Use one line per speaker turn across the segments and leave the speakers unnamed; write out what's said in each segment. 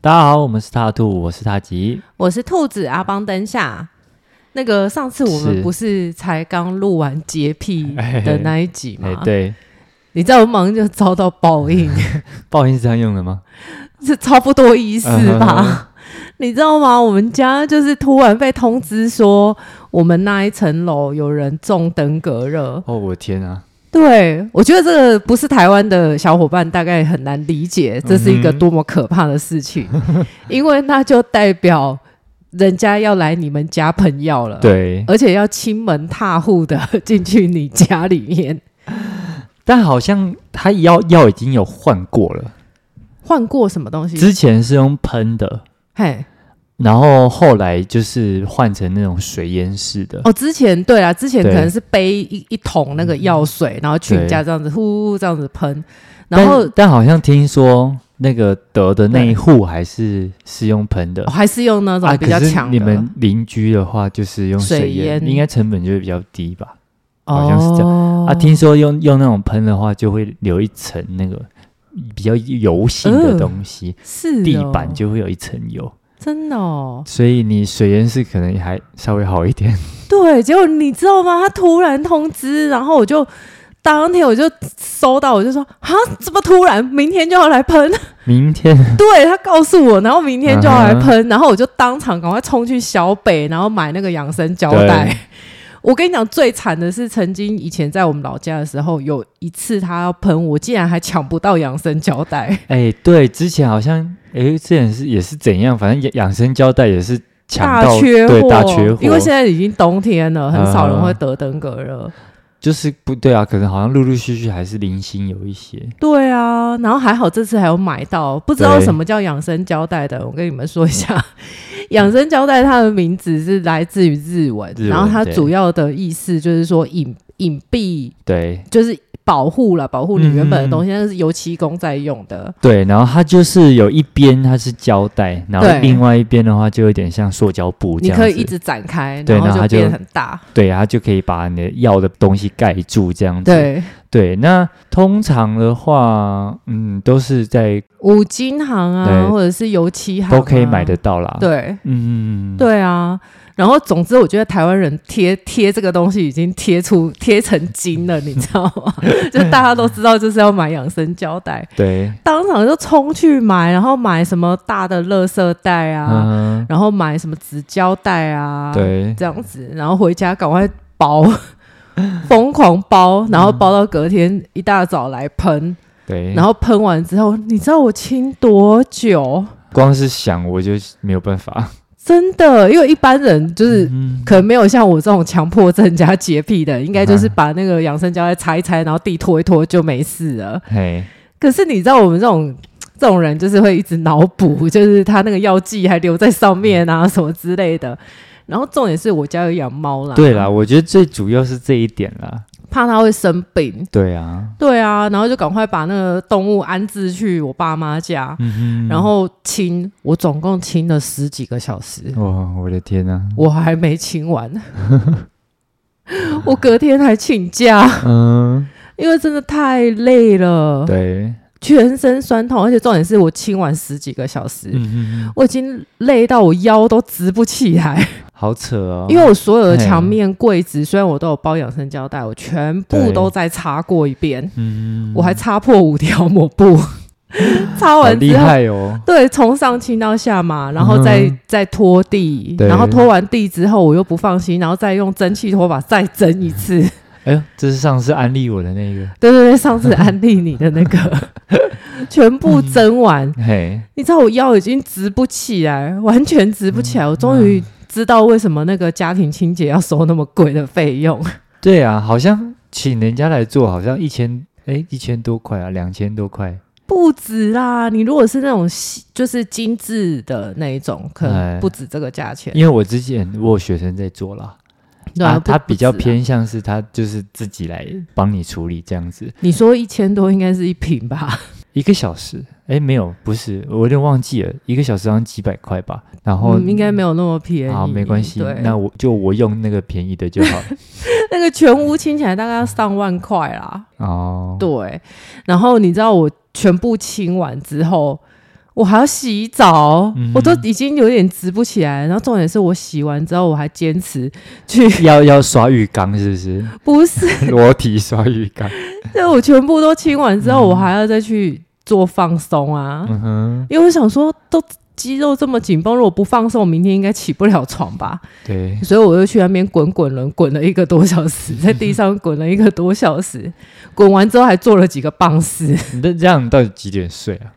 大家好，我们是塔兔，我是塔吉。
我是兔子阿邦灯下。那个上次我
是
们不是才刚录完洁癖的那一集
哎、
吗？
对，
你知道我马上就遭到报应，
报应是这样用的吗？
是差不多意思
嗯
吧？你知道吗？我们家就是突然被通知说，我们那一层楼有人中登革热。
哦，我的天啊！
对我觉得这个不是台湾的小伙伴大概很难理解，这是一个
嗯哼
多么可怕的事 情，因为那就代表人家要来你们家喷药了。
对，
而且要亲门踏户的进去你家里面。
但好像他药药已经有换过了，
换过什么东西？
之前是用喷的，
嘿，
然后后来就是换成那种水淹式的。
哦，之前对啊，之前
对
可能是背一一桶那个药水，然后去你家
对
这样子呼呼这样子喷，
嗯但
然后、
但好像听说那个得的那一户还是是用喷的
哦。还是用那种比较
啊可是
强的。
你们邻居的话就是用水
水
淹，
淹
应该成本就会比较低吧？好像是这样
哦，
啊，听说用用那种喷的话，就会留一层那个比较油性的东西，
是
地
哦
板就会有一层油，
真的哦，
所以你水淹式可能还稍微好一点。
对。结果你知道吗？他突然通知，然后我就当天我就收到，我就说啊，怎么突然明天就要来喷？
明天
对他告诉我，然后明天就要来
嗯哼
喷然后我就当场赶快冲去小北，然后买那个养生胶带
对。
我跟你讲，最惨的是曾经以前在我们老家的时候，有一次他要喷我，竟然还抢不到养生胶带。
哎、对，之前好像哎、之前是也是怎样，反正养养生胶带也是抢
大
到
缺
对
货，
大缺货，
因为现在已经冬天了，很少人
嗯
会得登革热。
就是不对啊，可能好像陆陆续续还是零星有一些。
对啊，然后还好这次还有买到，不知道
对
什么叫养生胶带的，我跟你们说一下，
嗯
养生胶带它的名字是来自于日文，
日文
然后它
对
主要的意思就是说隐隐蔽，
对
就是保护了，保护你
嗯
原本的东西，那是油漆工在用的。
对，然后它就是有一边它是胶带，然后
对
另外一边的话就有点像塑胶布这
你
样子。
可以一直展开，
对然后它
后
就
变很大。
对，它就可以把你的要的东西盖住这样子。
对，
对那通常的话，嗯，都是在
五金行啊，
对
或者是油漆行、啊、
都可以买得。到啦。，
对，
嗯，
对啊。然后，总之，我觉得台湾人贴贴这个东西已经贴出贴成精了，你知道 吗？就大家都知道，就是要买养生胶带，
对，
当场就冲去买，然后买什么大的垃圾袋啊，
嗯，
然后买什么纸胶带啊，
对，
这样子，然后回家赶快包， 疯狂包，然后包到隔天一大早来喷，
对，
然后喷完之后，你知道我清多久？
光是想我就没有办法，
真的，因为一般人就是。
嗯，
可能没有像我这种强迫症加洁癖的，应 该就是把那个养生胶带拆一拆，然后地拖一拖就没事了。
嘿，
可是你知道我们这种这种人，就是会一直脑补，就是他那个药剂还留在上面啊什么之类的。然后重点是我家有养猫啦，
对啦，，我觉得最主要是这一点啦。
怕它会生病，
对啊，
对啊，然后就赶快把那个动物安置去我爸妈家，
嗯
然后清，我总共清了十几个小时，
哼，哇，我的天啊呐、
我还没清完， 我隔天还请假，
嗯，
因为真的太累了，
对，
全身酸痛，而且重点是我清完十几个小时，
嗯哼，
我已经累到我腰都直不起来，
好扯哦，
因为我所有的
嘿
墙面、柜子，虽然我都有包养生胶带，我全部
对
都再擦过一遍。
嗯，
我还擦破五条抹 布，擦
好
完
厉
之后，
害哦，
对，从上清到下嘛，然后再、
嗯哼
再拖地，
对
然后拖完地之后我又不放心，然后再用蒸汽拖把再蒸一次。
哎呦，这是上次安利我的那个，
对对对，上次安利你的 那个，全部蒸完，
嘿，
你知道我腰已经直不起来，完全直不
嗯
起来，我终于。知道为什么那个家庭清洁要收那么贵的费 用？
对啊，好像请人家来做，好像一千哎一千多块啊，两千多块，
不止啦！你如果是那种细就是精致的那一种，可
哎
能不止这个价钱。
因为我之前我有学生在做啦，
对啊，不
他比较。
不止啊
偏向是他就是自己来帮你处理这样子，
你说一千多应该是一瓶吧？
一个小时，哎没有，不是，我有点忘记了，一个小时好像几百块吧，然后、
嗯，应该没有那么便宜。
哦好没关系
对，，
那我就我用那个便宜的就好了。
那个全屋清起来大概要上万块啦。
哦，
对，然后你知道我全部清完之后，我还要洗澡，
嗯
我都已经有点直不起来。然后重点是我洗完之后，我还坚持去，
啊要要刷浴缸是不是？
不是，
裸体刷浴缸，
就我全部都清完之后，
嗯
我还要再去做放松啊，
嗯哼，
因为我想说都。肌肉这么紧绷，如果不放松，我明天应该起不了床吧？
对，
所以我就去那边滚滚轮，滚了一个多小时，在地上滚了一个多小时，滚完之后还做了几个棒式，
那这样你到底几点睡啊？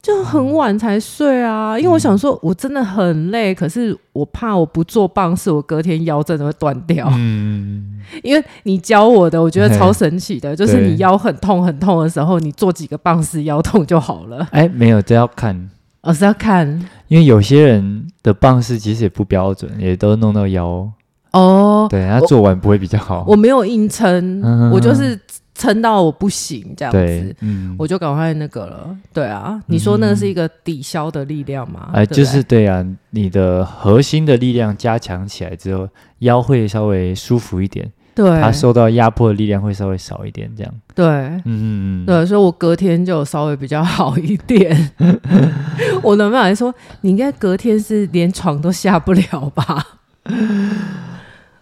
就很晚才睡啊。因为我
嗯
想说，我真的很累，可是我怕我不做棒式，我隔天腰真的会断掉。
嗯，
因为你教我的，我觉得超神奇的，就是
对
你腰很痛很痛的时候，你做几个棒式腰痛就好了。
哎，没有，这要看，
而是要看
因为有些人的棒式其实也不标准，也都弄到腰，
哦，
对，他做完不会比较好。
我没有硬撑，
嗯
我就是撑到我不行这样子
对。，嗯，
我就赶快那个了。对啊，你说那个是一个抵消的力量嘛？
哎，
对不
就
对
是对啊，你的核心的力量加强起来之后，腰会稍微舒服一点，
对，
它受到压迫的力量会稍微少一点，这样。
对。
嗯嗯嗯，
对，所以我隔天就有稍微比较好一 点。我男朋友还说，你应该隔天是连床都下不了 吧？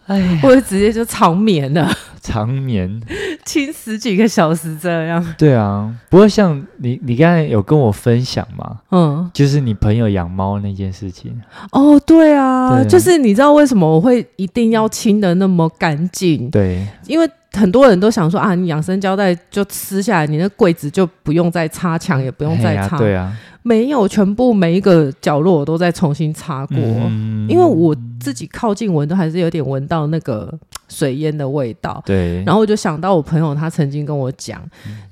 哎，
或者直接就长眠了，
长眠。
亲十几个小时这样。
对啊，不过像你，你刚才有跟我分享嘛，
嗯，
就是你朋友养猫那件事情。
哦，对啊，
对啊
就是你知道为什么我会一定要清的那么干净？
对，
因为很多人都想说啊，你养生胶带就撕下来，你那柜子就不用再擦墙，也不
不
用再擦。
对啊，
没有，全部每一个角落我都在重新擦过，
嗯
因为我自己靠近闻都还是有点闻到那个水烟的味道。
对，
然
后
后我就想到我朋友，他曾经跟我讲，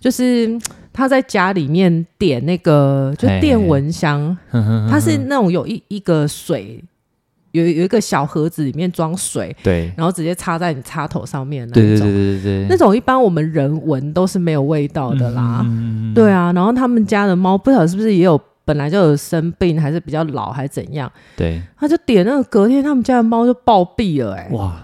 就是嗯他在家里面点那个就
嘿
电蚊香，它是那种有一一个水，有有一个小盒子里面装水，
对，
然后直接插在你插头上面的那
对
一
对
种。
对对对对，
那种一般我们人闻都是没有味道的啦。
嗯
对，啊，然后他们家的猫不晓得是不是也有本来就有生病，还是比较老，还是怎样，
对，
他就点那个，隔天他们家的猫就暴毙了、哎，
哇，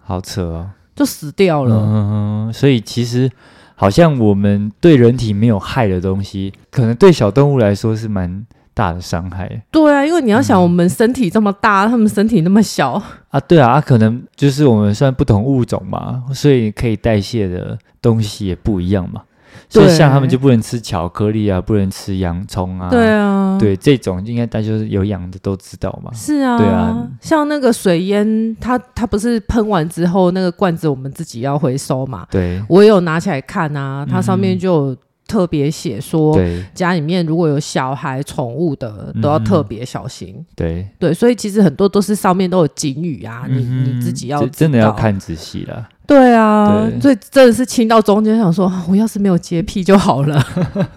好扯哦。
就死掉了。
嗯，所以其实好像我们对人体没有害的东西，可能对小动物来说是蛮大的伤害
对啊，因为你要想，
嗯
我们身体这么大，他们身体那么小，
啊。对啊，啊可能就是我们算不同物种嘛，所以可以代谢的东西也不一样嘛。所以
对
像他们就不能吃巧克力啊，不能吃洋葱啊。
对啊，，
对，这种应该大家就是有养的都知道嘛。
是啊，
对啊
像那个水烟，它它不是喷完之后那个罐子我们自己要回收嘛，
对
我也有拿起来看啊，它上面
嗯
就有特别写说，
对
家里面如果有小孩、宠物的，都要
嗯哼
特别小心。
对，
对，所以其实很多都是上面都有警语啊，你
嗯哼
你自己要
这真的要
知道。
看仔细了。
对啊，
对
所以真的是亲到中间，想说 啊我要是没有洁癖就好了，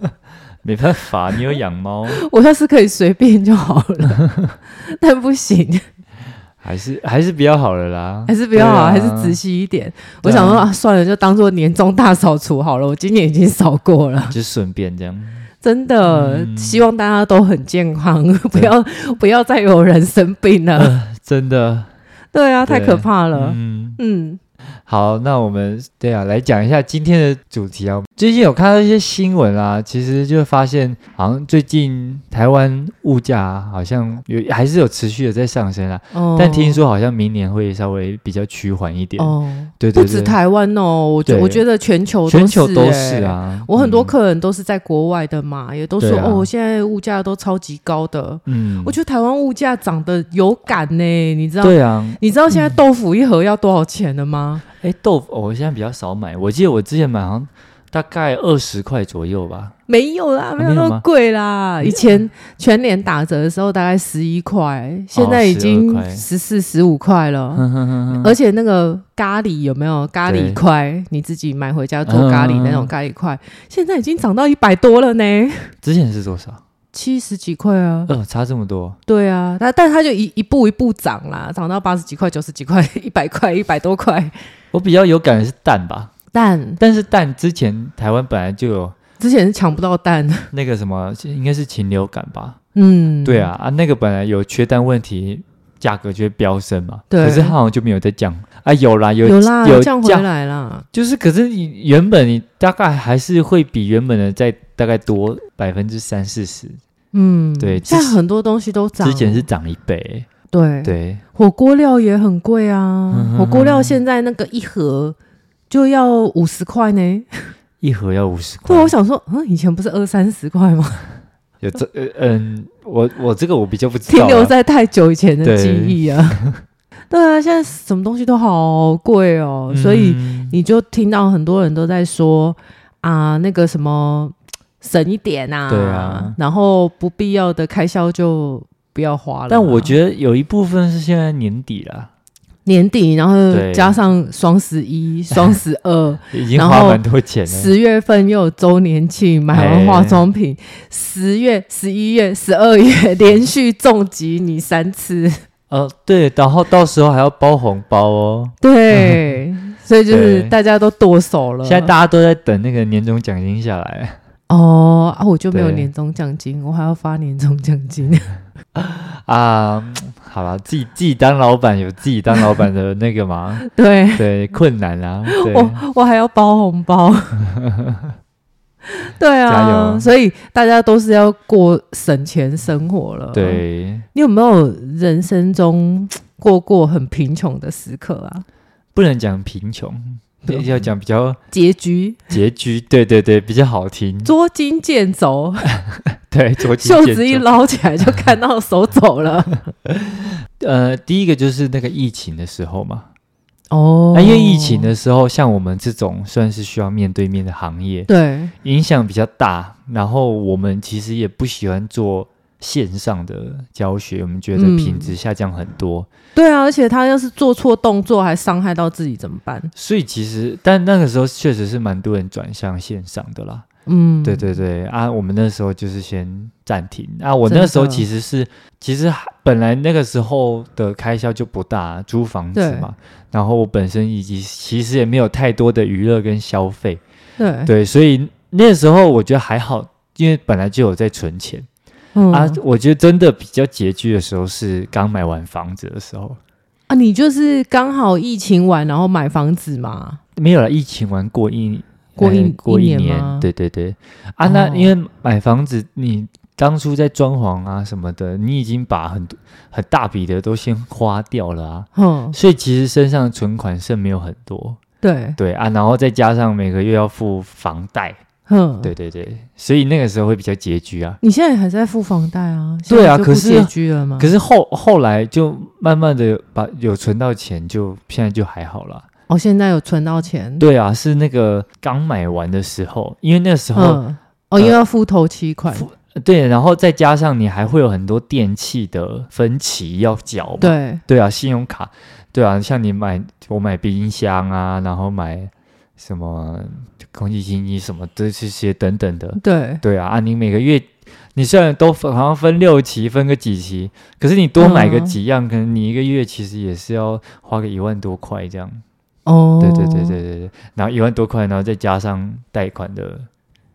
没办法，你有养猫。
我要是可以随便就好了， 但不行，
还是还是比较好了啦，
还是不要好，还
对
是
啊
仔细一点。
对
我
啊
想说啊，算了，就当做年终大扫除好了，我今年已经扫过了。
就顺便这样。
真的，
嗯
希望大家都很健康， 不要不要再有人生病了。
真的，
对啊，太
呃对
可怕了。
嗯，
嗯，
好，那我们对啊，来讲一下今天的主题啊。最近有看到一些新闻啊，其实就发现好像最近台湾物价、啊好像有还是有持续的在上升啊，
哦
但听说好像明年会稍微比较趋缓一点。
哦，
对对
不
对，
止台湾哦，我觉
对
我觉得全球
全球都
欸
是。啊，
我很多客人都是在国外的嘛，也都说、
对啊
哦，我现在物价都超级高的。
嗯，嗯，
我觉得台湾物价涨得有感呢、你知道？
对啊，
你知道现在豆腐一盒要多少钱了吗？
哎，豆腐、哦我现在比较少买，我记得我之前买好像大概二十块左右吧。
没有啦，没有
没
那
有
么
吗
贵啦。以前全脸打折的时候大概十一块，现在已
12
经
块哦嗯
十四、十五块了。
呃
而且那个咖喱有没有咖喱
对
块？你自己买回家做咖喱那种
嗯
咖喱块，现在已经涨到一百多了呢，
之前是多少？
七十几块啊。
呃，差这么多，
对啊，但但它就一一步一步涨啦，涨到八十几块、九十几块、 一百块、一百多块。
我比较有感的是蛋吧，
蛋
但是蛋之前台湾本来就有
之前是抢不到蛋，
那个什么，应该是禽流感吧？
嗯，
对，啊，啊那个本来有缺蛋问题，价格就会飙升嘛。
对
可是它好像就没有在降啊，有啦有
有啦，
有
降回来啦。
就是可是你原本你大概还是会比原本的再大概多百分之三四十
嗯，
对
现在
之
很多东西都涨了，
之前是涨一倍，
对，
对，
火锅料也很贵
嗯
啊
哼，
火锅料现在那个一盒就要五十块呢。
嗯一盒要五十块
对，。我想说，嗯，以前不是二三十块吗？
有这呃嗯，我我这个我比较不知道
停
啊，
留在太久以前的
对
记忆啊。 对啊，现在什么东西都好贵哦，所以
嗯
你就听到很多人都在说啊，那个什么省一点啊，
对啊
然后不必要的开销就不要花了啊。
但我觉得有一部分是现在年底了，
年底，然后
对
加上双 十一、双十二，
已经
然
花
后
蛮多钱了。
十月份又有周年庆，买完化妆品，
哎
十月、十一月、十二月 连续重击你三次，
呃，对，然后到时候还要包红包 哦。
对， 所以就是
对
大家都剁手了。
现在大家都在等那个年终奖金下来，
哦啊，我就没有
对
年终奖金，我还要发年终奖金。
啊，好吧，自己自己当老板有自己当老板的那个 嘛，
对
对，困难啊，对，
我，我还要包 红包。对
加
啊，
油
所以大家都是要过省钱生活了。，
对，
你有没有人生中过过很贫穷的时刻啊？
不能讲贫穷，
对
要讲比较
拮据，
拮据，对对对，比较好听，
捉襟见肘，
对，捉襟
袖
见
子一
肘
捞起来就看到手 肘了。
呃，第一个就是那个疫情的时候嘛，
哦
啊那、因为疫情，的时候，像我们这种算是需要面对面的行业，
对，
影响比较大。然后我们其实也不喜欢做线上的教学，我们觉得
嗯
品质下降很多。
对啊，而且他要是做错动作，还伤害到自己怎么办？
所以其实，但那个时候确实是蛮多人转向线上的啦。
嗯，
对，对对啊，我们那时候就是先暂停啊。我
真
那
的
时候其实是，其实还本来那个时候的开销就不大，租房子
对
嘛，然后我本身以及其实也没有太多的娱乐跟消费，
对，
对，所以那时候我觉得还好，因为本来就有在存钱、
嗯
啊
啊。
我觉得真的比较拮据的时候是刚买完房子的时候，
啊你就是刚好疫情完，然后买房子嘛。
没有了，疫情完过一
过一
呃过
一
一
年吗
对对对啊，那
哦
因为买房子，你当初在装潢啊什么的，你已经把很多很大笔的都先花掉了啊，
哼，
所以其实身上的存款剩没有很多，
对，
对啊，然后再加上每个月要付房贷，
哼，
对对对，所以那个时候会比较拮据啊。
你现在还在付房贷啊？
对啊
现在就不
可是
拮据了吗？
可是后后来就慢慢的把有存到钱就，现在就还好啦。
哦，现在有存到钱，
对啊，是那个刚买完的时候，因为那时候
嗯，哦，因为要付头期款，
付对，然后再加上你还会有很多电器的分期要缴嘛，
对，
对啊，信用卡，对啊，像你买我买冰箱啊，然后买什么空气清新什么这这些等等的，
对，
对啊，啊你每个月你虽然都分好像分六期分个几期，可是你多买个
嗯
几样，可能你一个月其实也是要花个一万多块这样，
哦，
对对对对，对对，然后一万多块，然后再加上贷款的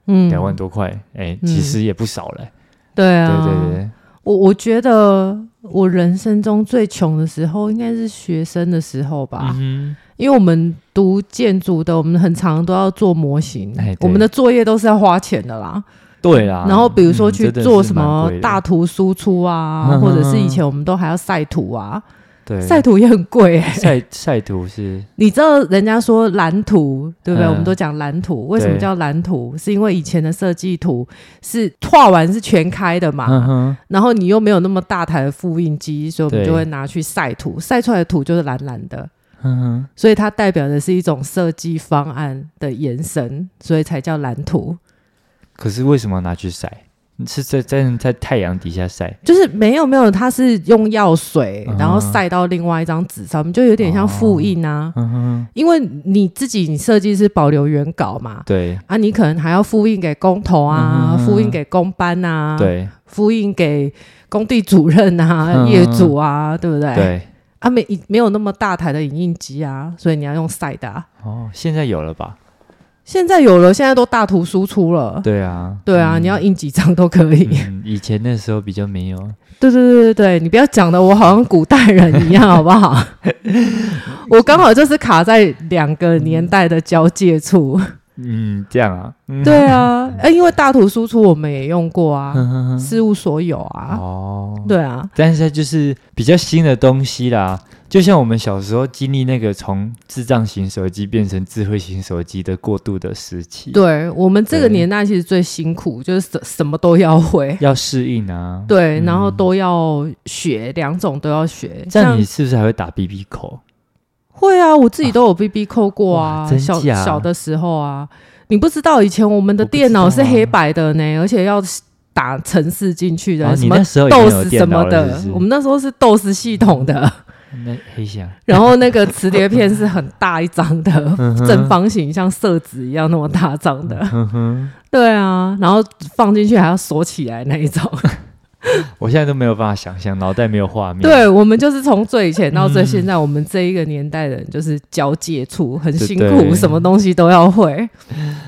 嗯，
两万多块，哎、其
嗯
实也不少嘞、
对啊，
对对对。
我我觉得我人生中最穷的时候应该是学生的时候吧，
嗯
因为我们读建筑的，我们很常都要做模型
哎，对
我们的作业都是要花钱的
哼，
啦。
对啦。
然后比如说
嗯
去
真的是
做什
蛮
么
贵的
大图输出 啊，
嗯
或者是以前我们都还要晒图啊，
对
晒图也很贵、欸。
晒晒图是
你知道人家说蓝图对不对？
嗯
我们都讲蓝图，为什么
对
叫蓝图？是因为以前的设计图是画完是全开的嘛，
嗯哼，
然后你又没有那么大台的复印机，所以我们
对
就会拿去晒图，晒出来的图就是蓝蓝的，
嗯哼，
所以它代表的是一种设计方案的延伸，所以才叫蓝图。
可是为什么要拿去晒？是在在在太阳底下晒？
就是没有没有，它是用药水，
啊
然后晒到另外一张纸上，就有点像复印啊。
嗯哼，
因为你自己你设计是保留原稿嘛，
对、
啊，你可能还要复印给工头啊，
嗯哼
复印给工班啊，，
对
复印给工地主任啊、
嗯
业主啊，对不对？
对。
啊，没没有那么大台的影印机啊，所以你要用晒的、啊。
哦，现在有了 吧？
现在有了，现在都大图输出了。
对啊，
对啊，
嗯
你要印几张都可以。
嗯，以前那时候比较没有。
对对对对对，你不要讲的我好像古代人一样，好 不好？我刚好就是卡在两个年代的交界处。
嗯，这样啊，嗯，
对啊，呃，因为大图输出我们也用过啊，
嗯哼哼
事务所有
哼
啊，
哦，
对啊，
但是它就是比较新的东西啦。就像我们小时候经历那个从智障型手机变成智慧型手机的过渡的时期，，
对我们这个
对
年代其实最辛苦，就是什什么都要会，
要适应啊。，
对，
嗯
然后都要学，两种都要学。
这样
像
你是不是还会打 BB 口？
会啊，我自己都有 BB 扣过啊
哇，真
小
假
小的时候啊，你不知道以前我们的
我不知
电脑
道
是
啊
黑白的呢，而且要打程式进去的，
然后
什
哦你
么
那时候已经有
DOS 什
电
么
脑
的，
了，是
我
不是？
们那时候是 DOS 系统的，
那黑箱，
然后那个磁碟片是很大一张的，
嗯哼
正方形像色纸一样那么大张的，
哼哼，
对啊，然后放进去还要锁起来那一种。
嗯我现在都没有办法想象，脑袋没有画面。
对，我们就是从最以前到最
嗯
现在，我们这一个年代的人就是交界处，很
对
辛
对
苦，什么东西都要会。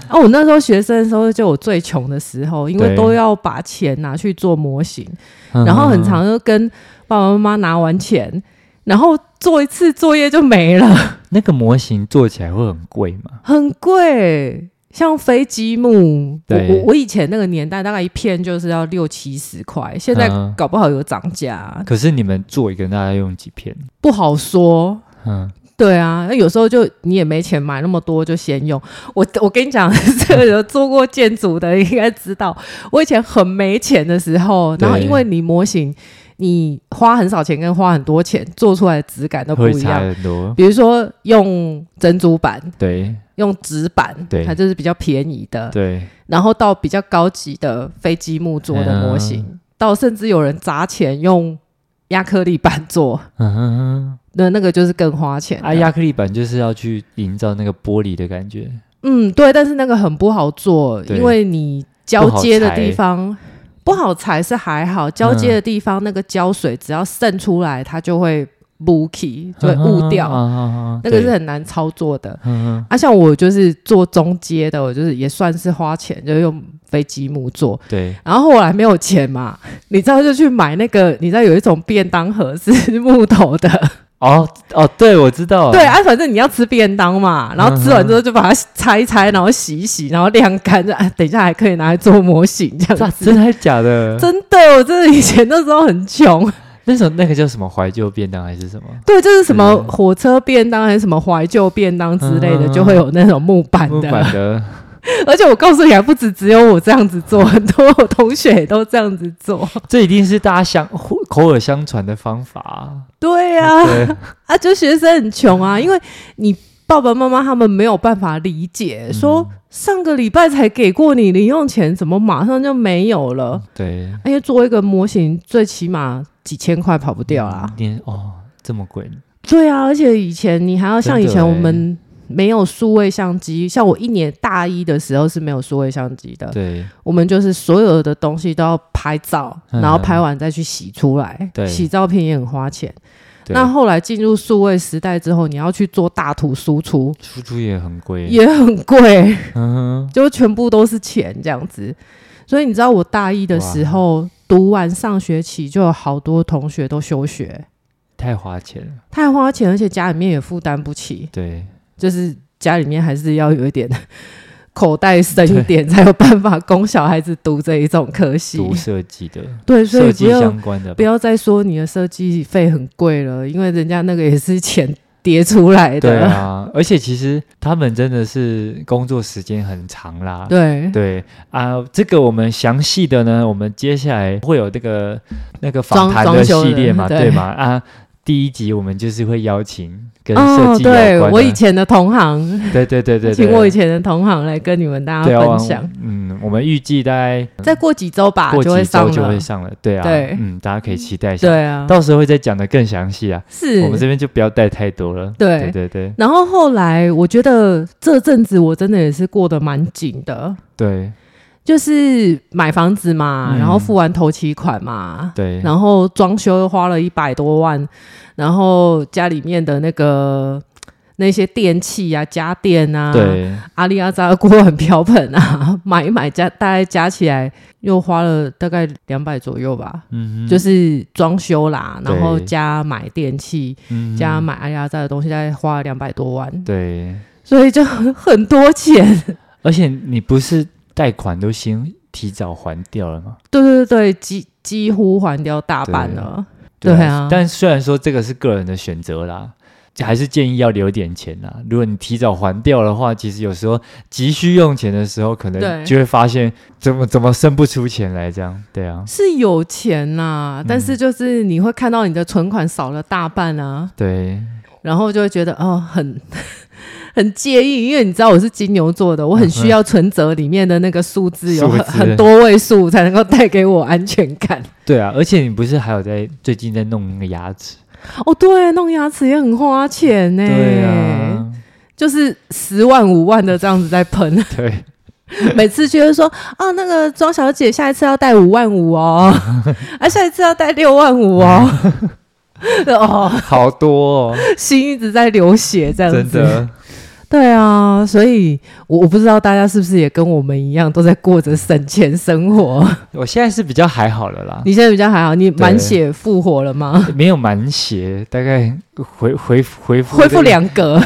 啊，我那时候学生的时候，就我最穷的时候，因为
对嗯
都要把钱拿去做模型，
哼哼，
然后很常就跟爸爸妈妈拿完钱，然后做一次作业就没了，
那个模型做起来会很贵嘛？
很贵。像飞机木，我
对
我我以前那个年代大概一片就是要六七十块，现在
嗯
搞不好有涨价，
可是你们做一个大概用几片？
不好说。
嗯，
对啊，那有时候就你也没钱买那么多，就先用。我我跟你讲，这个有做过建筑的应该知道，我以前很没钱的时候，
对
然后因为你模型，你花很少钱跟花很多钱做出来的质感都不
会
一
差
样。
很多。
比如说用珍珠板、
对
用纸板，
对
它就是比较便宜的，
对，
然后到比较高级的飞机木做的模型，
嗯
到甚至有人砸钱用亚克力板做，
嗯哼哼。
那那个就是更花钱的。
啊，亚克力板就是要去营造那个玻璃的感觉。
嗯，对，但是那个很不好做，
对
因为你交接的地方不好裁是还好，交接的地方那个胶水只要渗出来，它就会 b o k y 就会雾掉，
啊啊啊啊
那个是
对
很难操作的。
嗯哼
啊，像我就是做中阶的，我就是也算是花钱，就用飞机木做。
对，
然后后来没有钱嘛，你知道就去买那个，你知道有一种便当盒是木头的，
哦哦，对，我知道了，
对啊，反正你要吃便当嘛，然后吃完之后就把它拆一拆，然后洗一洗，然后晾干，就啊，等一下还可以拿来做模型这
哇，
样子。
真的还假的？
真的，我真的以前那时候很穷，
那时候那个叫什么怀旧便当还是什么？
对，就是什么
是
火车便当还是什么怀旧便当之类的，
嗯
就会有那种木板
木
的。
板的，
而且我告诉你，还不止只有我这样子做，很多我同学也都这样子做。
这一定是大家相互口耳相传的方法啊。
对呀、啊，
对，
啊，就学生很穷啊，因为你爸爸妈妈他们没有办法理解，
嗯
说上个礼拜才给过你零用钱，怎么马上就没有了？
对，
因为做一个模型，最起码几千块跑不掉啦。
连哦这么贵，
对啊，而且以前你还要像以
真
前
的欸
我们没有数位相机，像我一年大一的时候是没有数位相机的，
对
我们就是所有的东西都要拍照，
嗯
然后拍完再去洗出来，
对
洗照片也很花钱。
对，
那后来进入数位时代之后，你要去做大图输出，
输出也很贵，
也很贵，
嗯哼，
就全部都是钱这样子。所以你知道我大一的时候读完上学期，就有好多同学都休学，
太花钱了，
太花钱，而且家里面也负担不起，
对，
就是家里面还是要有一点 口袋深一点，才有办法供小孩子读这一种科系。
读设计的，
对，所
设
以不
计
要
相关的吧，
不要再说你的设计费很贵了，因为人家那个也是钱叠出来
对
的。
啊，而且其实他们真的是工作时间很长啦。
对
对啊，这个我们详细的呢，我们接下来会有那个那个访
装
谈
装修
系
的
列嘛，
对
对嘛啊。第一集我们就是会邀请跟设
哦，
计有关
对
的、
我以前的同行，
对对对对对，
请我以前的同行来跟你们大
对
家
啊
分享。
嗯，我们预计大概
再过几周吧，
过
就
几
会上
周
了。
就会上了，对啊，
对
嗯，大家可以期待一下，
对啊，
到时候会再讲的更详细啊。
是
我们这边就不要带太多了，
对
对对对
然后后来，我觉得这阵子我真的也是过得蛮紧的，
对
就是买房子嘛，
嗯
然后付完头期款嘛，
对，
然后装修又花了一百多万，然后家里面的那个那些电器啊、家电啊，，
对
阿里阿扎的锅碗瓢盆啊， 买一买加大概加起来又花了大概两百左右吧。
嗯哼，
就是装修啦，
对
然后加买电器，
嗯哼
加买阿里阿扎的东西，大概花了两百多万，
对。
所以就很多钱。
而且你不是贷款都先提早还掉了吗？
对对对，几几乎还掉大半了。对啊
但虽然说这个是个人的选择啦，还是建议要留点钱啦。如果你提早还掉的话，其实有时候急需用钱的时候，可能
对
就会发现怎么怎么生不出钱来，这样对啊，
是有钱呐、但
嗯
是就是你会看到你的存款少了大半啊，
对，
然后就会觉得哦，很 很介意，因为你知道我是金牛座的，我很需要存折里面的那个数字有很
数字
很多位数才能够带给我安全感。
对啊。而且你不是还有在最近在弄那个牙齿？
哦，对，弄牙齿也很花钱呢、
对啊，
就是十万五万的这样子在喷，
对，
每次觉得说啊，那个庄小姐下一次要带五万五哦， 啊，下一次要带六万五哦， 哦，
好多哦，
心一直在流血 这样子。
真的。
对啊，所以我我不知道大家是不是也跟我们一样，都在过着省钱生 活。
我现在是比较还好了啦，
你现在比较还好，你
对
满血复活了吗？
没有满血，大概回回回复这
恢复
个
两格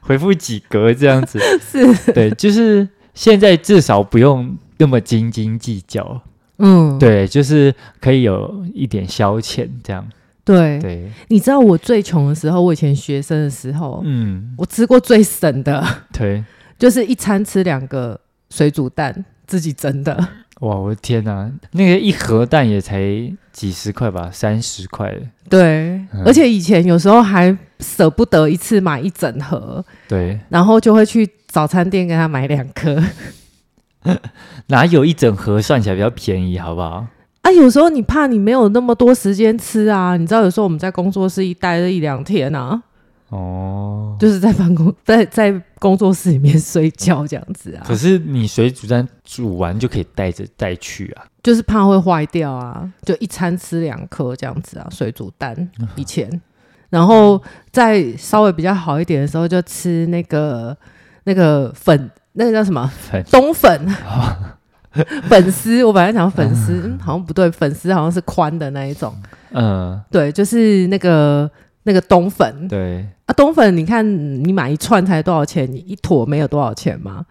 回复几格这样子。
是，
对，就是现在至少不用那么斤斤计较，
嗯，
对，就是可以有一点消遣这样。
对
对，
你知道我最穷的时候，我以前学生的时候，
嗯，
我吃过最省的，
对，
就是一餐吃两个水煮蛋，自己蒸的。
哇，我的天哪、那个一盒蛋也才几十块吧，三十块，
对，
嗯
而且以前有时候还舍不得一次买一整盒，
对，
然后就会去早餐店给他买两颗。
哪有一整盒算起来比较便宜，好不好？
啊，有时候你怕你没有那么多时间吃啊，你知道有时候我们在工作室一待了一两天啊，
哦，
就是在办公 在在工作室里面睡觉这样子啊
可，是你水煮蛋煮完就可以带着带去啊。
就是怕会坏掉啊，就一餐吃两颗这样子啊，水煮蛋以前，然后再稍微比较好一点的时候就吃那个那个粉，那个叫什么
粉
冬粉。粉丝，我本来想粉丝，嗯，好像不对，粉丝好像是宽的那一种，
嗯，
对，就是那个那个冬粉，
对，
啊，冬粉，你看嗯你买一串才多少钱？你一坨没有多少钱嘛？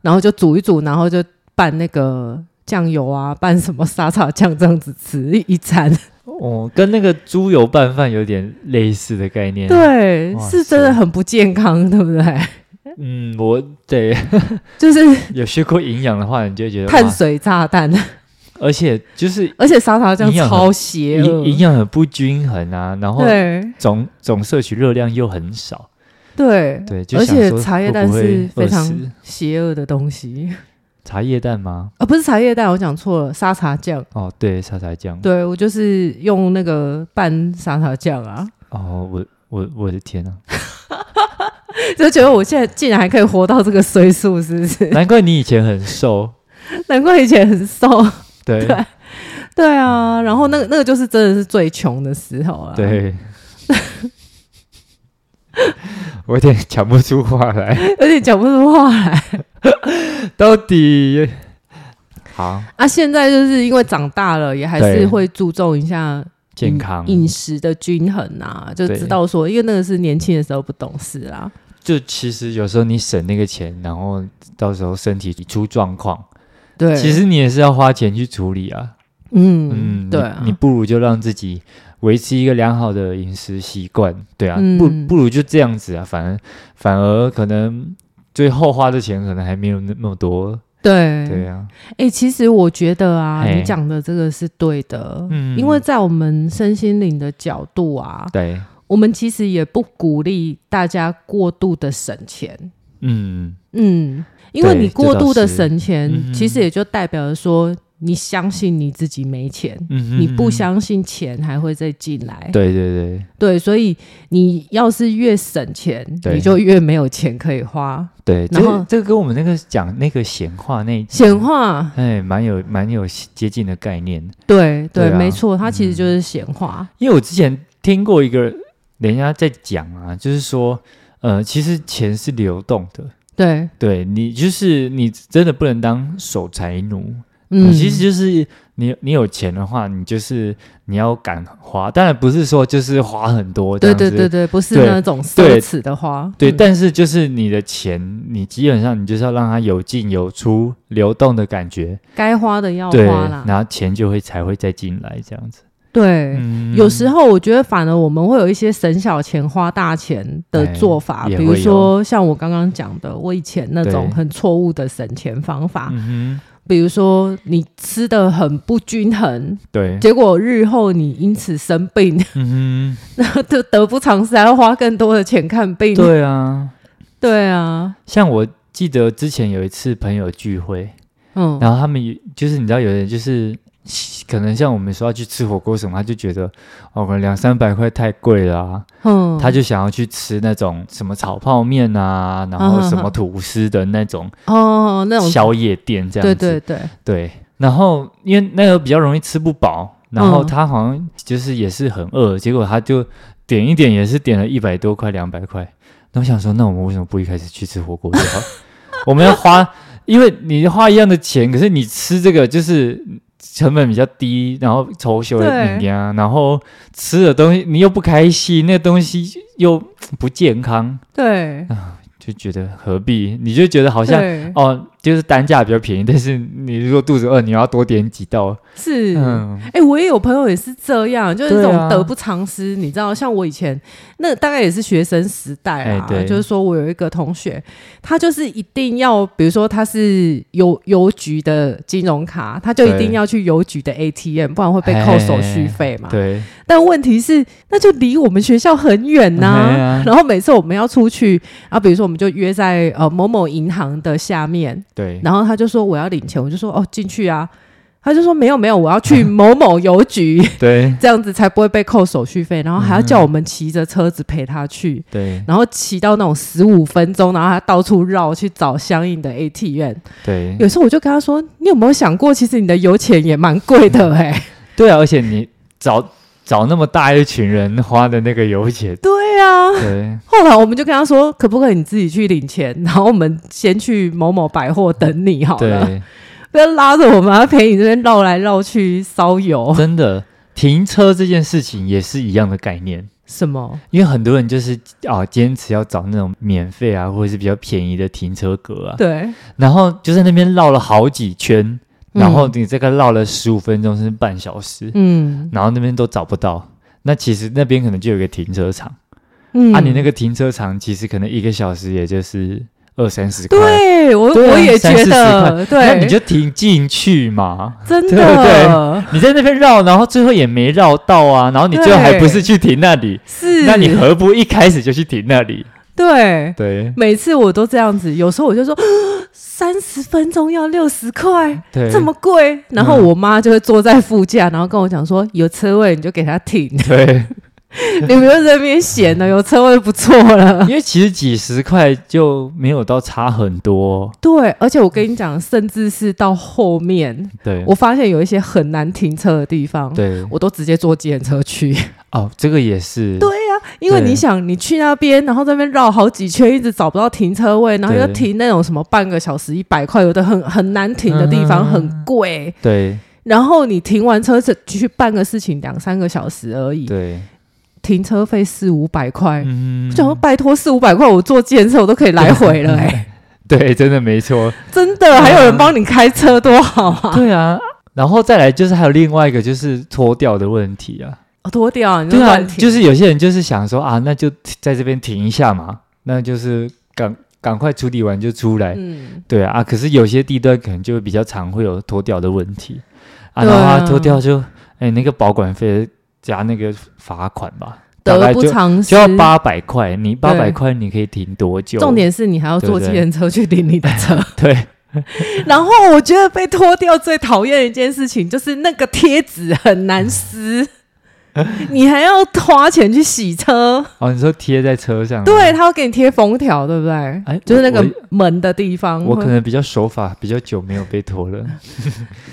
然后就煮一煮，然后就拌那个酱油啊，拌什么沙茶酱这样子吃一餐。
哦，跟那个猪油拌饭有点类似的概念。，
对，
哇
是真的
塞
很不健康，对不对？
嗯，我对
就是
有啊学过营养的话，你就会觉得
碳
哇
水炸弹，
而且就是
而且沙茶酱
营养很
超邪
营
恶。
营养很不均衡啊，然后
对
总总摄取热量又很少，
对，
对，就
而
想
且
说
茶叶
会不
蛋是
会
非
饿
常
死
邪恶的东西
茶叶蛋吗？
啊，不是茶叶蛋，我讲错了，沙茶酱。
哦，对，沙茶酱。
对我就是用那个拌沙茶酱啊。
哦，我我我的天啊，
就觉得我现在竟然还可以活到这个岁数，是不是？
难怪你以前很瘦，
难怪以前很瘦。
对
对对啊，然后那个那个就是真的是最穷的时候啊了。，
对。 我有点讲不出话来，
有点讲不出话来
到底好
啊。现在就是因为长大了，也还
对
是会注重一下
健康
饮食的均衡啊，就
对
知道说，因为那个是年轻的时候不懂事啊。
就其实有时候你省那个钱，然后到时候身体出状况，
对，
其实你也是要花钱去处理啊。
嗯
嗯，
对
你
啊
你，不如就让自己维持一个良好的饮食习惯，对啊，
嗯
不不如就这样子啊，反而反而可能最后花的钱可能还没有那么多，
对
对啊，
哎、其实我觉得啊，
嘿
你讲的这个是对的，
嗯
因为在我们身心灵的角度啊，
对，
我们其实也不鼓励大家过度的省钱，
嗯，
嗯，因为
对
你过度的
这倒是
省钱，
嗯哼
其实也就代表着说你相信你自己没钱，
嗯哼
你不，相信钱还会再进来，
对对对
对所以你要是越省钱，
对
你就越没有钱可以花。
对，这
然后
个这个跟我们那个讲那个闲话那一集
显化，
哎，蛮有蛮有接近的概念，
对对，
对啊
没错，它其实就是显化，
因为我之前听过一个人家在讲啊，就是说，呃，其实钱是流动的，
对
对你，就是你真的不能当守财奴，
嗯，
啊其实就是你你有钱的话，你就是你要敢花，当然不是说就是花很多这
对
样子，
对对对，不是
对
那种奢
对
侈的花，
对
嗯
但是就是你的钱，你基本上你就是要让它有进有出、流动的感觉，
该花的要
对，
哦花啦，
然后钱就会才会再进来这样子。
对。
嗯
有时候我觉得，反而我们会有一些省小钱花大钱的做法，
哎也
比
会
如说像我刚刚讲的，我以前那种
对
很错误的省钱方法，
嗯
比如说你吃的很不均衡，
哼，对，
结果日后你因此生病，
嗯哼，
那就得不偿失，还要花更多的钱看病。
对啊，
对啊，
像我记得之前有一次朋友聚会，
嗯，
然后他们有就是你知道，有人就是可能像我们说要去吃火锅什么，他就觉得哦，可能两三百块太贵了、啊，
嗯
他就想要去吃那种什么炒泡面啊，然后什么吐司的那种
哦那种
宵夜店这样
对
子。
对对，
对然后因为那个比较容易吃不饱，然后
嗯
他好像就是也是很饿，结果他就点一点也是点了一百多块、两百块。那我想说，那我们为什么不一开始去吃火锅就好？ 我们要花，因为你花一样的钱，可是你吃这个就是成本比较低，然后酬休的你啊，然后吃的东西你又不开心，那个东西又不健康，
对，
就觉得何必？你就觉得好
好
像 哦，就是单价比较便宜，但是你如果肚子饿，你要多点几道。
是。
嗯，
哎、我也有朋友也是这样，就是这
对啊
种得不偿失。你知道，像我以前那大概也是学生时代啊，
哎对
就是说我有一个同学，他就是一定要，比如说他是邮邮局的金融卡，他就一定
对
要去邮局的 ATM，不然会被扣手续费嘛。
哎对，
但问题是，那就离我们学校很远呐、
哎呀
然后每次我们要出去啊，比如说我们就约在呃某某银行的下面，
对，
然后他就说我要领钱，我就说哦进去啊，他就说没有没有，我要去某某邮局，
对，
这样子才不会被扣手续费，然后还要叫我们骑着车子陪他去，
对，
然后骑到那种十五分钟，然后他到处绕去找相应的 ATM。
对，
有时候我就跟他说，你有没有想过，其实你的油钱也蛮贵的哎、，
对啊！而且你找找那么大一群人花的那个油钱
对啊，
对，
后来我们就跟他说，可不可以你自己去领钱，然后我们先去某某百货等你 好了，
对，
不要拉着我们，要陪你这边绕来绕去烧油
真的，停车这件事情也是一样的概念。
什么。
因为很多人就是啊，坚持要找那种免费啊，或者是比较便宜的停车格啊，
对，
然后就在那边绕了好几圈，然后
嗯
你这个绕了十五分钟甚至半小时，
嗯
然后那边都找不到。那其实那边可能就有一个停车场，
嗯
啊，你那个停车场其实可能一个小时也就是二三十块，
对我
对啊
我也觉
30-40
得，对，
那你就停进去嘛。
真
对不
的
你在那边绕，然后最后也没绕到啊，然后你最后还不是去停那里，
是，
那你何不一开始就去停那里？
对，
对
每次我都这样子，有时候我就说三十分钟要六十块，
对，
这么贵，然后
嗯
我妈就会坐在副驾，然后跟我讲说有车位你就给他停，
对，
你们就在那边闲了，有车位不错了。
因为其实几十块就没有到差很多，
对，而且我跟你讲，甚至是到后面，
对，
我发现有一些很难停车的地方，
对
我都直接坐计程车 去。
哦，这个也是，
对呀、因为
对
你想，你去那边，然后在那边绕好几圈，一直找不到停车位，然后又
对
停那种什么半个小时一百块，有的很很难停的地方，
嗯
很贵。
对
然后你停完车只去办个事情，两三个小时而已，
对，
停车费四五百块。
嗯
我想说，拜托，四五百块我坐建设我都可以来 回了、哎，
对，真的没错，
真的，还有人帮你开车，多好啊！
对啊。然后再来就是还有另外一个就是脱掉的问题啊，
哦多掉，你就
对啊，
乱停，
就是有些人就是想说啊，那就在这边停一下嘛，那就是赶赶快处理完就出来。
嗯，
对啊，啊可是有些地段可能就会比较常会有脱掉的问题啊，
对啊
然后他脱掉就哎、那个保管费加那个罚款吧，大概
得不
就
偿失。
就要八百块，你八
对
百块你可以停多久？
重点是你还要坐
对
计
不对
程车去领你的车。
对
然后我觉得被脱掉最讨厌的一件事情就是那个贴纸很难撕，你还要花钱去洗车。
哦，你说贴在车上，啊
对，，他会给你贴封条，对不对？
嗯哎
就是那个
我
门的地方。
我可能比较手法比较久没有被拖了，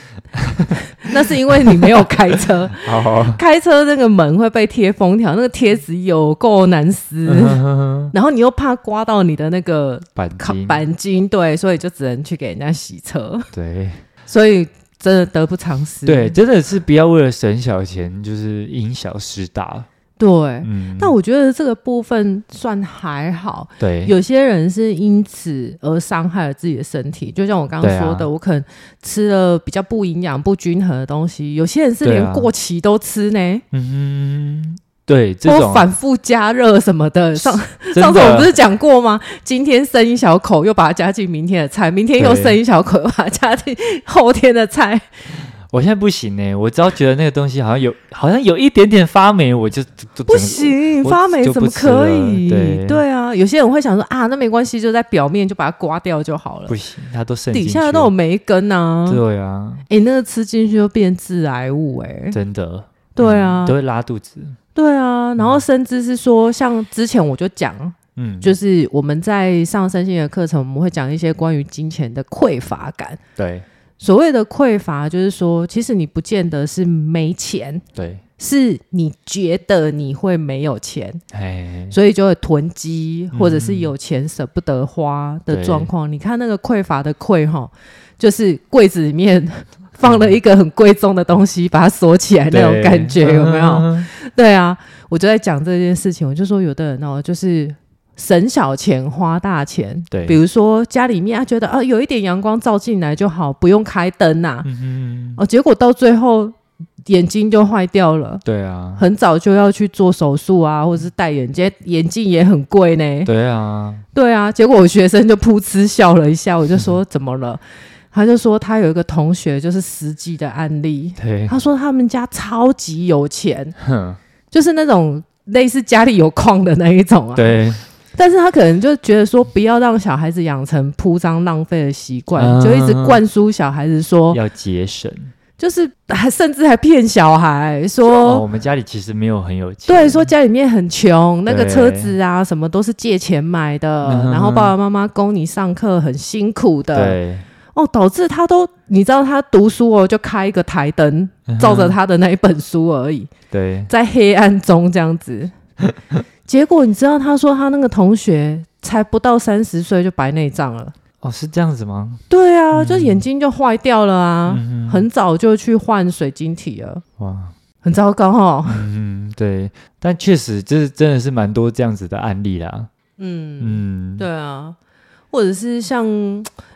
那是因为你没有开车，
好，
开车那个门会被贴封条，那个贴纸有够难撕，
嗯
然后你又怕刮到你的那个
钣
卡
金，
钣金，对，所以就只能去给人家洗车。
对。
所以真的得不偿失。
对，真的是不要为了省小钱，就是因小失大。
对。
嗯，
但我觉得这个部分算还好，
对
有些人是因此而伤害了自己的身体，就像我刚刚说的，
对啊
我可能吃了比较不营养、不均衡的东西，有些人是
对
连
啊
过期都吃呢，
嗯，对这
或
种
反复加热什 么的。上
真
上次
的
我们不是讲过吗？今天剩一小口，又把它加进明天的菜；明天又
对
剩一小口，又把它加进后天的 菜。
我现在不行呢、我只要觉得那个东西好像有，好像有一点点发霉，我就就就
不
整个
行，
我
发霉
就
怎
不
么
吃了
可以？
对
啊，有些人会想说啊，那没关系，就在表面就把它刮掉就好了
不。行，它都渗进
底
去
下都有霉根啊，
对啊，
哎、那个吃进去就变致癌物哎、
真的，
对啊
嗯都，会拉肚子，
对啊，然后甚至是说，像之前我就讲，
嗯，
就是我们在上身心的课程，我们会讲一些关于金钱的匮乏感。
对
所谓的匮乏，就是说，其实你不见得是没钱，
对，
是你觉得你会没有钱，
哎，
所以就会囤积，
嗯
或者是有钱舍不得花的
对
状况。你看那个匮乏的匮哈，就是柜子里面放了一个很贵重的东西，把它锁起来那种
对
感觉，有没 有？
嗯
对啊，我就在讲这件事情，我就说有的人哦，就是。省小钱花大钱，
对
比如说家里面啊，觉得啊有一点阳光照进来就好，不用开灯呐、
嗯哼，
哦，结果到最后眼睛就坏掉了，
对啊，
很早就要去做手术啊，或者是戴眼镜，眼镜也很贵呢。
对啊，
对啊，结果我学生就噗嗤笑了一下，我就说怎么了？ 他就说他有一个同学就是实际的案例，
对，
他说他们家超级有钱，
哼，
就是那种类似家里有矿的那一种啊。。
对，
但是他可能就觉得说，不要让小孩子养成铺张浪费的习惯，
嗯
就一直灌输小孩子说，
要节省。
就是还甚至还骗小孩说
哦，我们家里其实没有很有钱，
对，说家里面很穷，那个
对
车子啊什么都是借钱买的，
嗯哼
然后爸爸妈妈供你上课很辛苦的，
对，
哦，导致他都你知道他读书哦，就开一个台 灯
嗯哼
照着他的那一本书而已，
对，
在黑暗中这样 子。结果你知道，他说他那个同学才不到三十岁就白内障了，
哦，是这样子吗？
对啊，就眼睛就坏掉了啊，
嗯哼
很早就去换水晶体了，
哇，
很糟糕哦。
嗯，对，但确实这真的是蛮多这样子的案例啦。
嗯
嗯，
对啊，或者是像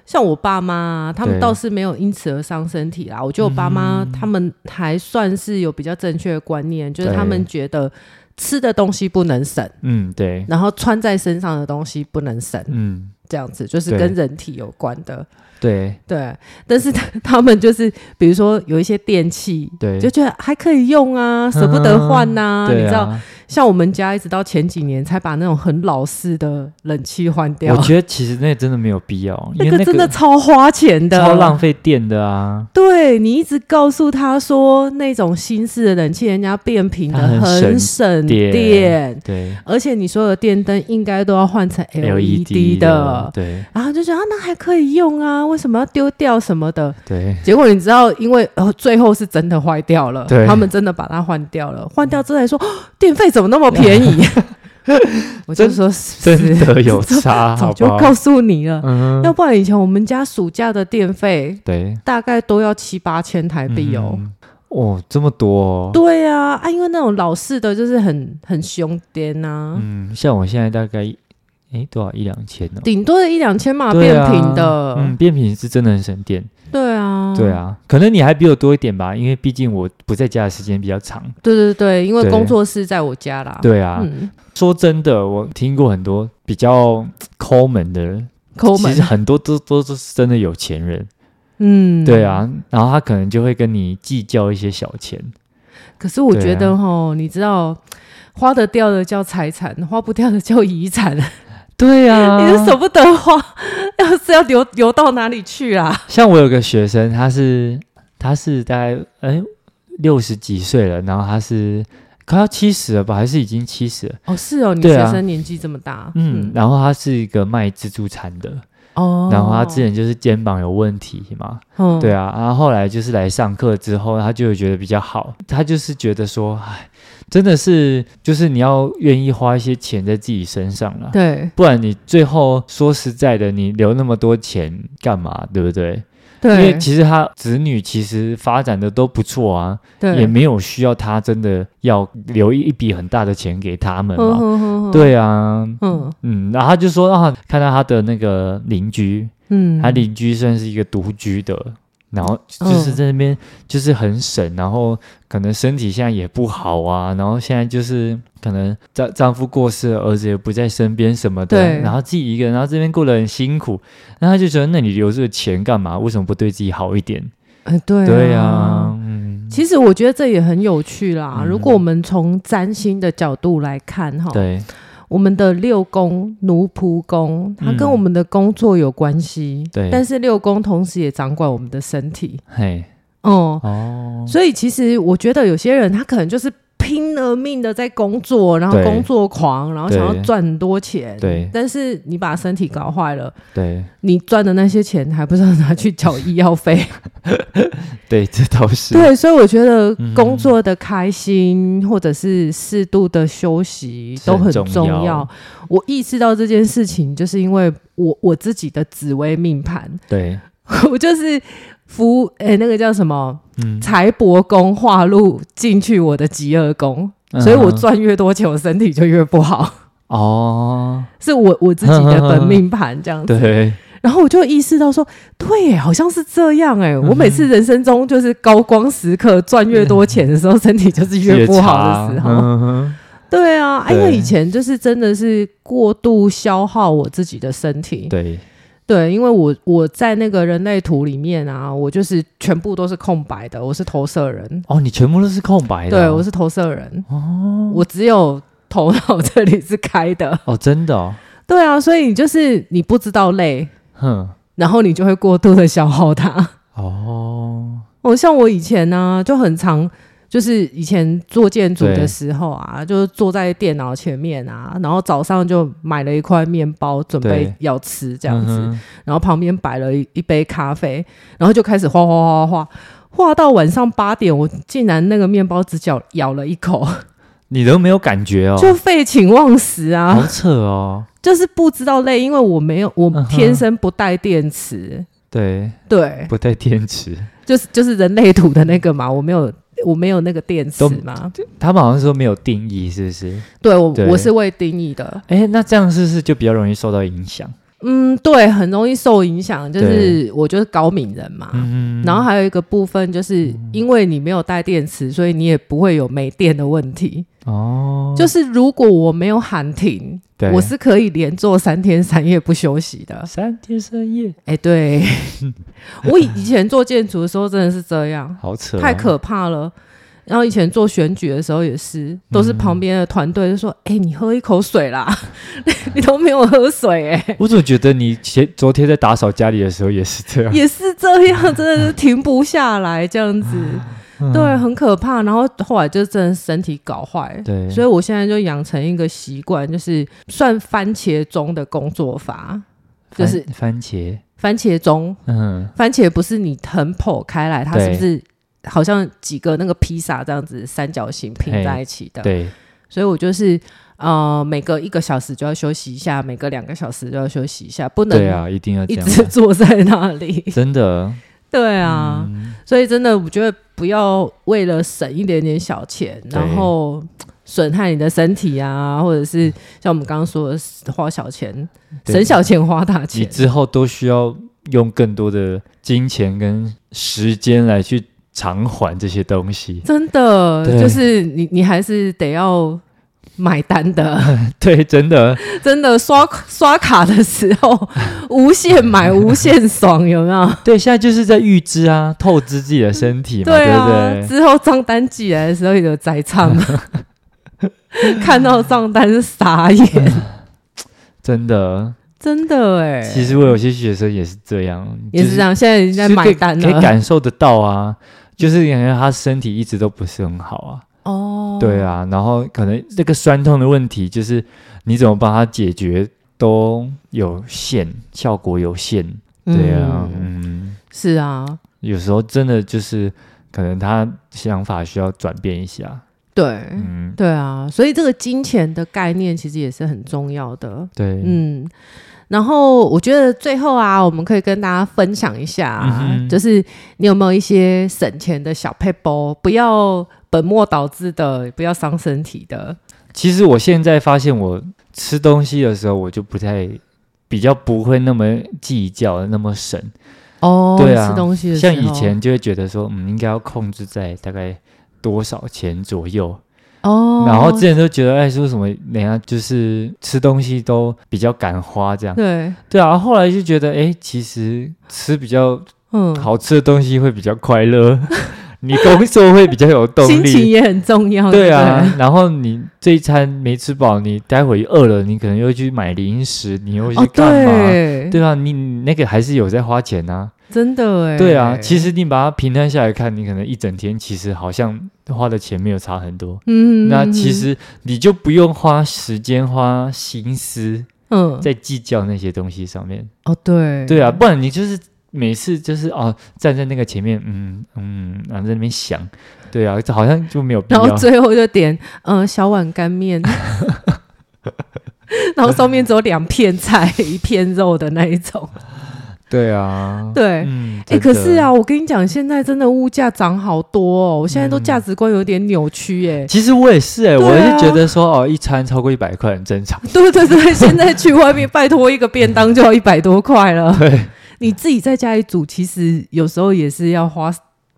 像我爸妈啊，他们
对嗯
倒是没有因此而伤身体啦。我觉得我爸妈、他们还算是有比较正确的观念，就是
对
他们觉得吃的东西不能省，
嗯，对，
然后穿在身上的东西不能省，
嗯，
这样子就是
对
跟人体有关的。
对，
对，但是 他他们就是比如说有一些电器。
对，
就觉得还可以用啊，舍不得换呐、你
对
知道，
啊。
像我们家一直到前几年才把那种很老式的冷气换掉。
我觉得其实那真的没有必要，因
那
为
个真的超花钱的，
超浪。费电的啊，
对你一直告诉他说，那种新式的冷气人家变频的
它很
很
省
省
电
电，
对 E
而且你所有的电灯应该都要换成 LED
的
E 的，。
对
然后就觉得啊，那还可以用啊，为什么要丢掉什么的？
对
结果你知道，因为呃最后是真的坏掉了
对，
他们真的把它换掉了。换掉之后还 说、哦电费怎么那么便宜？ 我就说是不
真
是
的 有差，
早
好
就
不好？
告诉你了，
嗯
要，不然以前我们家暑假的电费
对，
大概都要七八千台币哦。
嗯哦，这么多哦，
对啊，啊，因为那种老式的就是很很凶颠啊，
嗯，像我现在大概一诶多少一两千呢？
顶、多一两千嘛，
对
变
啊
频的。
嗯，变频是真的很省电。
对啊，
对，啊，可能你还比我多一点吧，因为毕竟我不在家的时间比较长。
对对对，因为
对
工作室在我家啦。
对啊，
嗯，
说真的，我听过很多比较抠门的人，
抠
其
门
实，很多都都都是真的有钱人。
嗯，
对。啊，然后他可能就会跟你计较一些小钱。
可是我
对啊
觉得哈、你知道。花得掉的叫财产，花不掉的叫遗产，
对啊
你就舍不得花，要是要留留到哪里去啊？
像我有个学生，他是他是大概哎六十几岁了，然后他是快要七十了吧，还是已经七十了？
哦，是哦，你
对
学
啊
生年纪这么大，
嗯，然后他是一个卖自助餐的，
哦，
然后他之前就是肩膀有问题嘛，
嗯，
对啊，然后后来就是来上课之后，他就会觉得比较好，他就是觉得说，哎，真的是就是你要愿意花一些钱在自己身上啊啦，
对
不然你最后说实在的，你留那么多钱干嘛，对不对？因为
对
其实他子女其实发展的都不错啊，
对，
也没有需要他真的要留一笔很大的钱给他们
嗯
嘛。
哼哼哼，
对啊，
嗯
嗯，然后他就说啊，看到他的那个邻居，
嗯，
他邻居算是一个独居的，然后
嗯
就是在那边就是很省，然后可能身体现在也不好啊，然后现在就是可能丈丈夫过世了，儿子也不在身边什么的，
对
然后自己一个人，然后这边过得很辛苦，然后他就觉得那你留这个钱干嘛？为什么不对自己好一点？
哎对
对啊，嗯，
其实我觉得这也很有趣啦。
嗯
如果我们从占星的角度来看哈，
对，
我们的六宫奴仆宫，它跟
嗯
我们的工作有关系，
对
但是六宫同时也掌管我们的身体，
嘿，
哦、
哦，
所以其实我觉得有些人他可能就是拼了命的在工作，然后
对
工作狂，然后想要
对
赚很多钱，
对
但是你把身体搞坏了，
对
你赚的那些钱还不是要拿去缴医药费？
对，这倒是，
对，所以我觉得
嗯
工作的开心、或者是适度的休息
是
都
很
很
重
重
要
我意识到这件事情，就是因为我我自己的紫微命盘，
对，
我就是福诶、那个叫什么
嗯，
财帛宫化入进去我的极恶宫，所以我
嗯
赚越多钱，我身体就越不好。
哦，
是我我自己的本命盘这样子，
对，
然后我就意识到说，对耶，好像是这样
嗯
哎。我每次人生中就是高光时刻，赚越多钱的时候，身体就是越不好的时
越差
候。
嗯哼
对啊，啊
对
因为以前就是真的是过度消耗我自己的身体。
对，
对因为我我在那个人类图里面啊，我就是全部都是空白的，我是投射人。
哦，你全部都是空白的啊、
对，我是投射人。
嗯
哦，我只有头脑这里是开的。
哦，真的、哦，
对啊，所以你就是你不知道累，
哼，
然后你就会过度的消耗它。
哦，
哦，像我以前呢、就很常，就是以前做建筑的时候啊，就是坐在电脑前面啊，然后早上就买了一块面包，准备
对
要吃这样子，
嗯哼
然后旁边摆了一一杯咖啡，然后就开始画画画画。画到晚上八点，我竟然那个面包只咬咬了一口，
哦你都没有感觉哦，
就废寝忘食啊！
好扯哦，
就是不知道累，因为我没有，我
嗯哼
天生不带电池，
对，
对，
不带电池，
就是就是人类图的那个嘛，我没有我没有那个电池
都
嘛，
他们好像说没有定义，是不是？
对我
对
我是未定义的，
哎，那这样是不是就比较容易受到影响？
嗯，对，很容易受影响，就是我就是高敏人嘛。
嗯
然后还有一个部分，就是因为你没有带电池，所以你也不会有没电的问题。
哦，
就是如果我没有喊停，
对，
我是可以连做三天三夜不休息的。
三天三夜，
哎，对，我以以前做建筑的时候真的是这样，
好扯、哦
太，可怕了。然后以前做选举的时候也
嗯
是，都是旁边的团队就说：“哎、你喝一口水啦， 你都没有喝水哎、
我总觉得你前昨天在打扫家里的时候也是 这样，
也是这样，真的是停不下来这 样子，
嗯
对，很可怕。然后后来就真的身体搞坏，
对，
所以我现在就养成一个习惯，就是算番茄钟的工作法，就
番
是
番茄，
番茄钟，
嗯，
番茄不是你横剖开来，它
对
是不是好像几个那个披萨这样子三角形拼
嘿
在一起的？，
对，
所以我就是。呃，每隔一个小时就要休息一下，每隔两个小时就要休息一下，不
对
能
啊，一定要这
一
样，
直坐在那里。
真的，
对啊，
嗯
所以真的，我觉得不要为了省一点点小钱，
对嗯
然后损害你的身体啊，或者是像我们刚刚说的花小钱，
对
省小钱花大
你
钱。
之后都需要用更多的金钱跟时间来去偿还这些东 西。
真的，
对
就是你，你还是得要买单的。
对，真的，
真的，刷刷卡的时候，无限买，无限爽，有没有？
对，现在就是在预支啊，透支自己的身体 嘛， 对
啊，
不对？
之后账单寄来的时候有宰唱 嘛，看到账单是 傻眼，
真的，
真的哎、
其实我有些学生也是这样，
也是这样，现在人
就是，
家
就是可
买
以
单啊
可以
了。
感受得到啊，就是感觉他身体一直都不是很好啊。
哦，
对，啊，然后可能这个酸痛的问题，就是你怎么帮他解决都有限，效果有限。对啊，嗯
是啊，
有时候真的就是可能他想法需要转变一下。
对，
嗯，
对啊，所以这个金钱的概念其实也是很重要的。
对，
嗯，然后我觉得最后啊，我们可以跟大家分享一下、啊，
嗯哼
就是你有没有一些省钱的小配包，不要本末倒置的，不要伤身体的。
其实我现在发现，我吃东西的时候，我就不太比较不会那么计较，那么省。
哦，
对啊
吃东西的时
像
候
以前就会觉得说，嗯，应该要控制在大概多少钱左右。
哦，
然后之前都觉得，哎，说什么人家就是吃东西都比较敢花这样。
对，
对啊，后来就觉得，哎，其实吃比较
嗯，
好吃的东西会比较快乐， 你工作会比较有动
心情
力。
也很重要。
对
对
啊，然后你这一餐没吃饱，你待会饿了，你可能又去买零食，你又
不对，
去干嘛？
哦，对，
对啊，你你那个还是有在花钱呐、
真的哎，
对啊，其实你把它平摊下来看，你可能一整天其实好像花的钱没有差很多。
嗯，嗯，
那
嗯
其，实你就不用花时间、花心思
嗯，
在计较那些东西上面。
哦，对，
对啊，不然你就是每次就是哦，站在那个前面，嗯嗯，然后在那边想，对啊，这好像就没有必
然后
要。
最后就点嗯小碗干面，然后上面只有两片菜、一片肉的那一 种。
对啊，
对，哎、
嗯，真
可是
的，
啊，我跟你讲，现在真的物价涨好多哦，我现在都
嗯
价值观有点扭曲耶、
其实我也是哎、
对
我
啊
是觉得说哦，一餐超过一百块很正 常。
对对对，现在去外面拜托一个便当就要一百多 块了，
对，
你自己在家里煮，其实有时候也是要花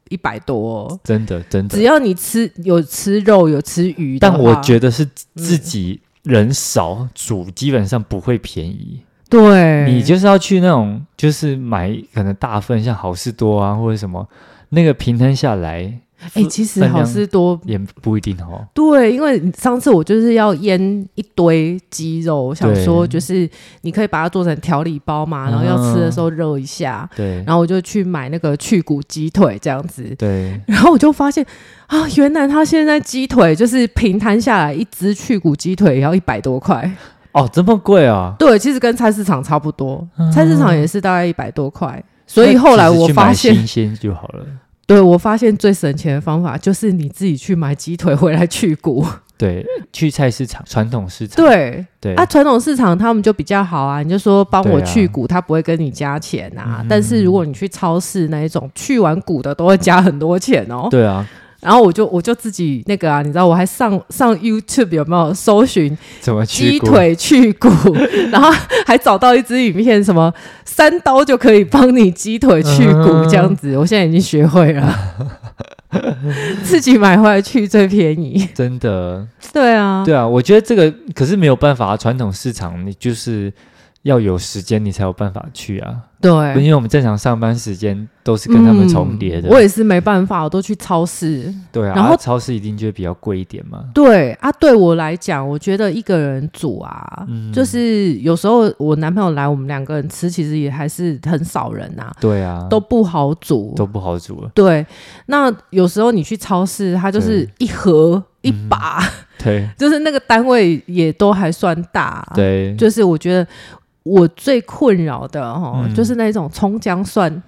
一百多、哦。
真的真
只
的。
要你吃有吃肉有吃鱼的
但
话，
我觉得是自
嗯
己人少煮，基本上不会便宜。
对，
你就是要去那种，就是买可能大份，像好事多啊或者什么，那个平摊下来
哎、其实
分量
好事多
也不一定哦。
对，因为上次我就是要腌一堆鸡肉，我想
对嗯
说就是你可以把它做成调理包嘛，然后要吃的时候热一下，
对
然后我就去买那个去骨鸡腿这样子，
对，
然后我就发现啊，原来它现在鸡腿就是平摊下来一只去骨鸡腿也要一百多块，
哦，这么贵啊！
对，其实跟菜市场差不多，
嗯
菜市场也是大概一百多块。所以后来
那其实
我
去
发
买
现，
新鲜就好了。
对我发现最省钱的方法就是你自己去买鸡腿回来去 骨。
对，去菜市场、传统市场，
对，
对
啊，传统市场他们就比较好啊，你就说帮我
对啊
去骨，他不会跟你加钱啊。
嗯
但是如果你去超市那一种去完骨的，都会加很多钱哦。
对啊，
然后我就我就自己那个啊，你知道我还上上 YouTube 有没有搜寻
怎么去
鸡
过？
腿去骨，然后还找到一支影片，什么三刀就可以帮你鸡腿去骨
嗯
这样子。我现在已经学 会了，自己买回来去最便宜。
真的，
对啊，
对啊，我觉得这个可是没有办法啊，传统市场你就是要有时间你才有办法去啊，
对
因为我们正常上班时间都是跟他们重叠的。
嗯我也是没办法，我都去超市。
对啊，
然后
啊超市一定就会比较贵一点嘛。
对啊，对我来讲，我觉得一个人煮啊，
嗯
就是有时候我男朋友来，我们两个人吃，其实也还是很少人啊，
对啊，
都不好煮。
都不好煮了。
对，那有时候你去超市，它就是
对
一盒一
嗯
把，
对
就是那个单位也都还算大。，
对，
啊就是我觉得我最困扰的哦，
嗯
就是那种葱姜蒜。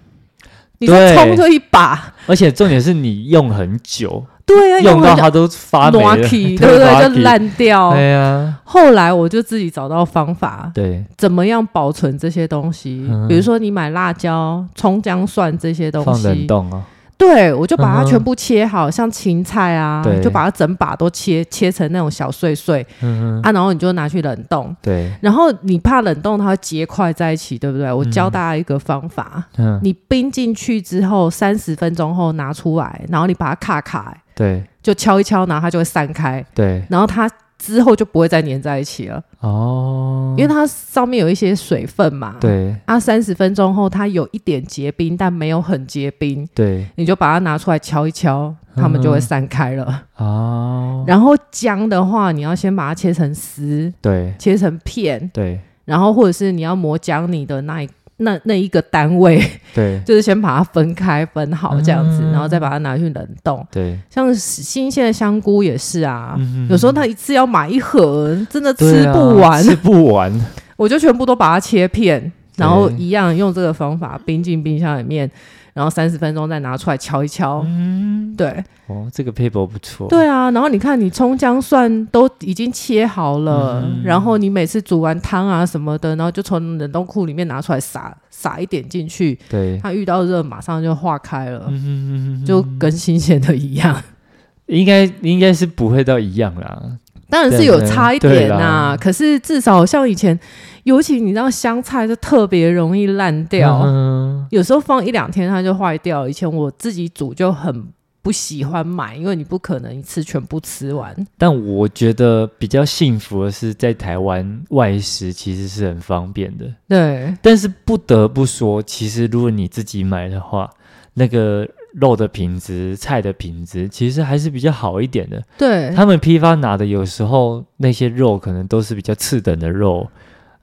你说
对
葱就一把，
而且重点是你用很久，
对啊，
用
很
到
久
它都发霉了，
暖气，对不对？
暖
就
气
烂掉。
对啊，
后来我就自己找到方法，
对，
怎么样保存这些东西？
嗯
比如说你买辣椒、葱、姜、蒜这些东
放冷
西，
冻哦。
对我就把它
嗯哼
全部切好，像芹菜啊，
对
你就把它整把都切切成那种小碎碎
嗯哼，
啊，然后你就拿去冷冻。
对，
然后你怕冷冻它会结块在一起，对不对？我教大家一个方法，
嗯，
你冰进去之后，三十分钟后拿出来，然后你把它卡卡，
对
就敲一敲，然后它就会散开，
对，
然后它之后就不会再粘在一起了。
哦，
因为它上面有一些水分嘛。。
对
啊，三十分钟后它有一点结冰，但没有很结冰，
对
你就把它拿出来敲一敲，它们就会散开了。
嗯哦，
然后姜的话，你要先把它切成丝，
对
切成片，
对
然后或者是你要磨姜你的那一那那一个单位，
对
就是先把它分开分好这样子，
嗯
然后再把它拿去冷冻。
对，
像新鲜的香菇也是啊，
嗯
有时候它一次要买一盒，真的
对
吃
啊
不完。
吃不完，
我就全部都把它切片，然后
对
一样用这个方法冰进冰箱里面，然后三十分钟再拿出来敲一敲。
嗯，
对
哦，这个 paper 不错。，
对啊，然后你看，你葱姜蒜都已经切好了，
嗯
然后你每次煮完汤啊什么的，然后就从冷冻库里面拿出来撒撒一点进去，
对，
它遇到热马上就化开了，
嗯
就跟新鲜的一样。
应该应该是不会到一样啦。
当然是有差一点
对
呐、
啦
可是至少像以前，尤其你知道香菜就特别容易烂掉，
嗯，
有时候放一两天它就坏掉了。以前我自己煮就很不喜欢买，因为你不可能一次全部吃完。
但我觉得比较幸福的是，在台湾外食其实是很方便的。
对，
但是不得不说，其实如果你自己买的话，那个肉的品质、菜的品质，其实还是比较好一点的。
对，
他们批发拿的，有时候那些肉可能都是比较次等的肉，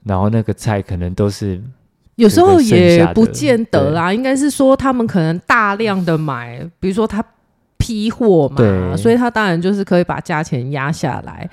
然后那个菜可能都是
有时候
这个剩
也
下的
不见得啦，应该是说他们可能大量的买，比如说他批货嘛，
对
所以他当然就是可以把价钱压下来。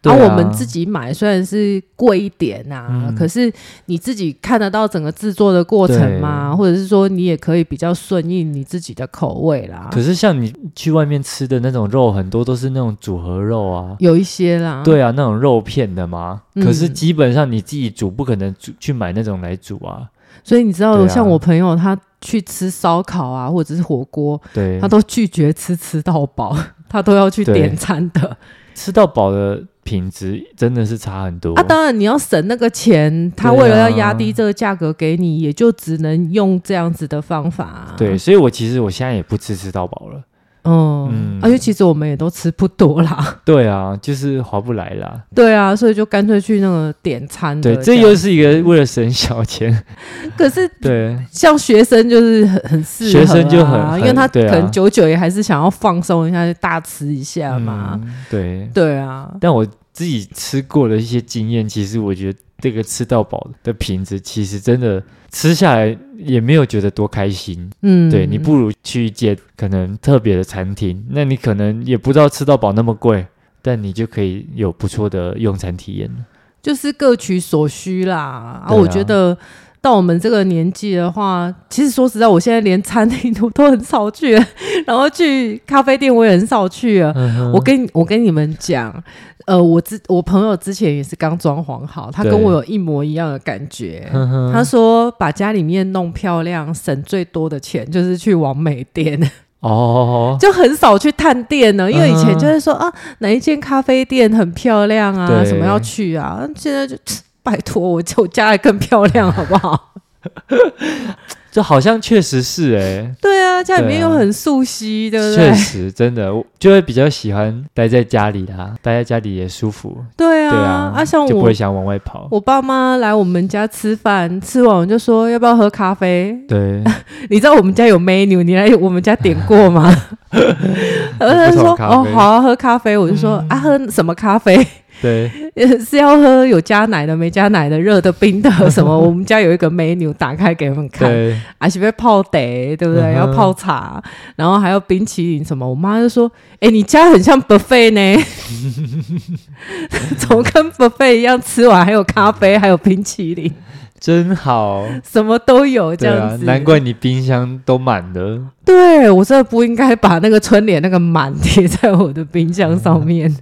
对
而、
啊
我们自己买虽然是贵一点呐、
嗯
可是你自己看得到整个制作的过程嘛，或者是说你也可以比较顺应你自己的口味啦。
可是像你去外面吃的那种肉，很多都是那种组合肉啊，
有一些啦，
对啊，那种肉片的嘛。
嗯
可是基本上你自己煮，不可能煮去买那种来煮啊。
所以你知道，
对啊
像我朋友他去吃烧烤啊，或者是火锅，
对，
他都拒绝吃吃到饱， 他都要去
对
点餐的。
吃到饱的品质真的是差很多。
啊，当然你要省那个钱，他
对啊
为了要压低这个价格给你，也就只能用这样子的方法、啊。
对，，所以我其实我现在也不吃吃到饱了。
嗯，
嗯
而且其实我们也都吃不多啦，
对啊，就是划不来啦。
对啊，所以就干脆去那个点餐的
对，
样。
这又是一个为了省小 钱。
可是
对，
像学生就是很很适合、啊，
学生就很很
因为他可
对啊
能久久也还是想要放松一下，就大吃一下嘛。
嗯，对。
对啊，
但我自己吃过的一些经验，其实我觉得这个吃到饱的品质，其实真的吃下来也没有觉得多开心。
嗯，
对你不如去一间可能特别的餐厅，那你可能也不知道吃到饱那么贵，但你就可以有不错的用餐体验了。
就是各取所需啦。啊，
对啊
我觉得到我们这个年纪的话，其实说实在，我现在连餐厅都都很少去，然后去咖啡店我也很少去了。
嗯
我跟我跟你们讲，呃，我之我朋友之前也是刚装潢好，他
对
跟我有一模一样的感觉。
嗯哼
他说把家里面弄漂亮，省最多的钱就是去往美店。
哦，
就很少去探店了，因为以前
嗯
就会说、啊，哪一间咖啡店很漂亮啊，
对
什么要去啊，现在就拜托我就家里更漂亮好不好？
这好像确实是哎、
对啊，家里 面
对啊
又很素悉，对不
确
对？
实真的我就会比较喜欢待在家里啦，待在家里也舒服，
对
对
啊，
啊，
像
就不会
我
想往外跑。
我爸妈来我们家吃饭，吃完我就说要不要喝咖啡？
对，
你知道我们家有 menu，你来我们家点过 吗？然后他就
不
说
同咖
哦
啡嗯
好啊，喝咖啡，我就说、啊喝什么咖啡？
对，
呃是要喝有加奶的、没加奶的、热的、冰的什么？我们家有一个 menu 打开给他们 看，
对，
还是被泡得，对不对？
嗯哼
要泡茶，然后还有冰淇淋什么。我妈就说：“哎、你家很像 buffet 呢， 怎么跟 buffet 一样？吃完还有咖啡，还有冰淇淋，
真好。
什么都有这
对
样
啊，
子。
难怪你冰箱都满了。
对我真的不应该把那个春联那个满 贴在我的冰箱上面，
嗯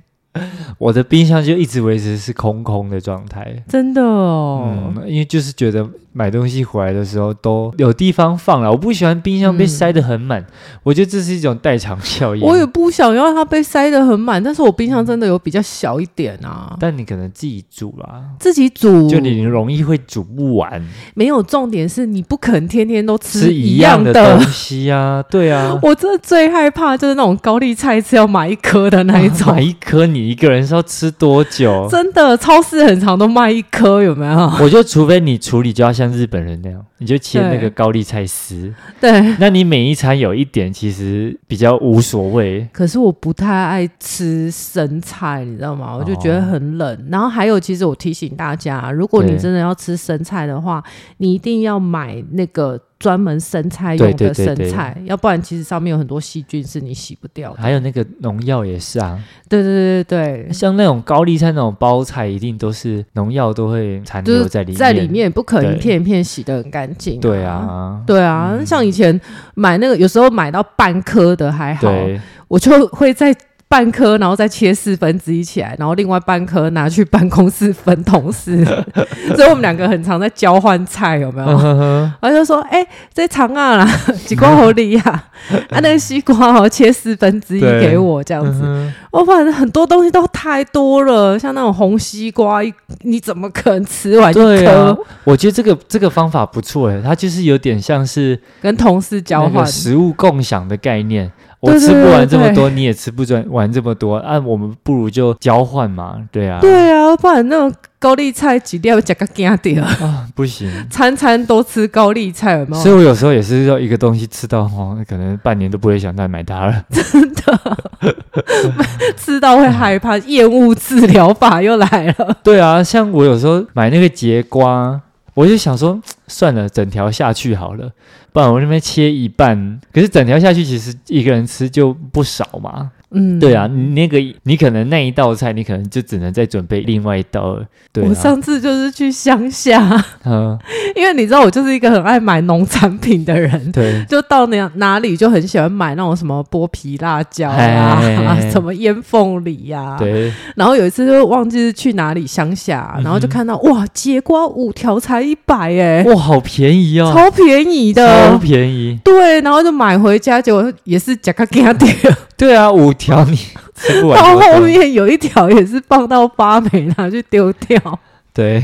我的冰箱就一直维持是空空的状态。
真的哦。
嗯，因为就是觉得买东西回来的时候都有地方放了，我不喜欢冰箱被
嗯
塞得很满，我觉得这是一种代偿效应。
我也不想要它被塞得很满，但是我冰箱真的有比较小一点啊，
但你可能自己煮啦，
自己煮
嗯就你容易会煮不完，
没有重点是你不可能天天都
吃一
一
样
样。
的东西 啊，对啊
我真的最害怕就是那种高丽菜是要买一颗的那一种，？
买一颗，你一个人是要吃多久
真的超市很常都卖一颗，有没有？
我就除非你处理就要像日本人那样，你就切那
对
个高丽菜丝，
对，
那你每一餐有一点其实比较无所谓。
可是我不太爱吃生菜，你知道
哦
吗？我就觉得很冷。然后还有，其实我提醒大家，如果你
对
真的要吃生菜的话，你一定要买那个专门生菜用
对
的
对对嗯
生
对
菜，要不然其实上面有很多细菌是你洗不掉的。
还有那个农药也是啊，
对对对对
像那种高丽菜那种包菜，一定都是农药都会残
对，
留
就
在里面。
是在里，面不可能
对
一片一片洗的很干净、
对，啊，
对啊，像以前买那个，有时候买到半颗的还好，
对
我就会在半颗，然后再切四分之一起来，然后另外半颗拿去办公室分 同事，所以我们两个很常在交换菜，有没有？然后就说：“哎、这长啊 啦，几瓜好利呀，啊那个西瓜哦，切四分之一
对
给我这样
嗯
子。我反正很多东西都太多了，像那种红西瓜，一你怎么可能吃完一
对啊
颗？，
我觉得这个这个方法不错欸诶，它就是有点像是
跟同事交
那
换
个，食物共享的概念。我
对对
吃不完这么
对
多，你也吃不完完这么多，啊，我们不如就交换嘛，对啊，
对啊，不然那种高丽菜几粒加个惊掉，
啊，不行。
餐餐都吃高丽菜， 有没有
所？以我有时候也是要一个东西吃到哦，可能半年都不会想再买它了。
吃到会害怕，厌恶治疗法又来了。
对啊，像我有时候买那个节瓜，我就想说算了，整条下去好了，不然我那边切一半，可是整条下去其实一个人吃就不少嘛。
嗯，
对啊，你那个你可能那一道菜，你可能就只能再准备另外一道了。对
我
啊，
上次就是去乡下，
嗯，
因为你知道我就是一个很爱买农产品的人，
对，
就到哪哪里就很喜欢买那种什么剥皮辣椒啊
哎，
什么腌凤梨呀、啊。
对，
然后有一次就忘记是去哪里乡下，啊然后
嗯
就
哼
看到哇，节瓜五条才一百哎，
哇，好便宜哦，
超便宜
超
的。
便宜。
对，然后就买回家，结果也是夹克给他丢。
对啊，五条你 吃不完
到
多多，
后面有一条也是放到发霉拿去丢掉。
对，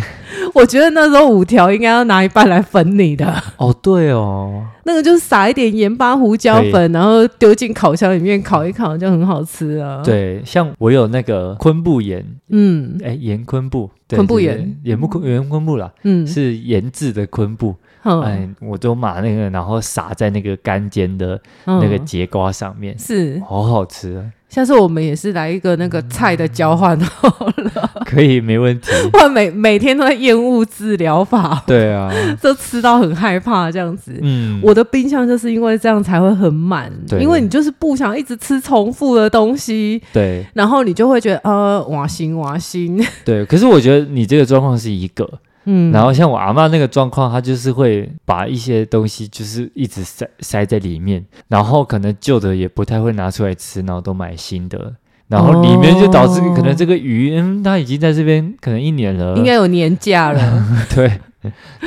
我觉得那时候五条应该要拿一半来分你的，
哦对哦，
那个就是撒一点盐巴、胡椒粉，然后丢进烤箱里面烤一烤，就很好吃了。，
对，像我有那个昆布盐，
嗯
哎，盐昆布，对
昆布
对
盐
对盐不昆盐昆布啦，
嗯，
是盐制的昆布，
嗯，
哎，我都买那个，然后撒在那个干煎的那
那
个节瓜上面，
是。
好好吃啊，
下次我们也是来一个那个菜的交换好了，
可以没问 题。
不然每每天都在厌恶治疗法，
对啊，
就吃到很害怕这样子。
嗯，
我的冰箱就是因为这样才会很满，
对
因为你就是不想一直吃重复的东西，
对
然后你就会觉得呃，瓦心瓦心，
对，可是我觉得你这个状况是一个，
嗯，
然后像我阿嬷那个状况，她就是会把一些东西就是一直塞塞在里面，然后可能旧的也不太会拿出来吃，然后都买新的，然后里面就导致
哦
可能这个鱼，嗯，它已经在这边可能一年了，
应该有年假了，
对，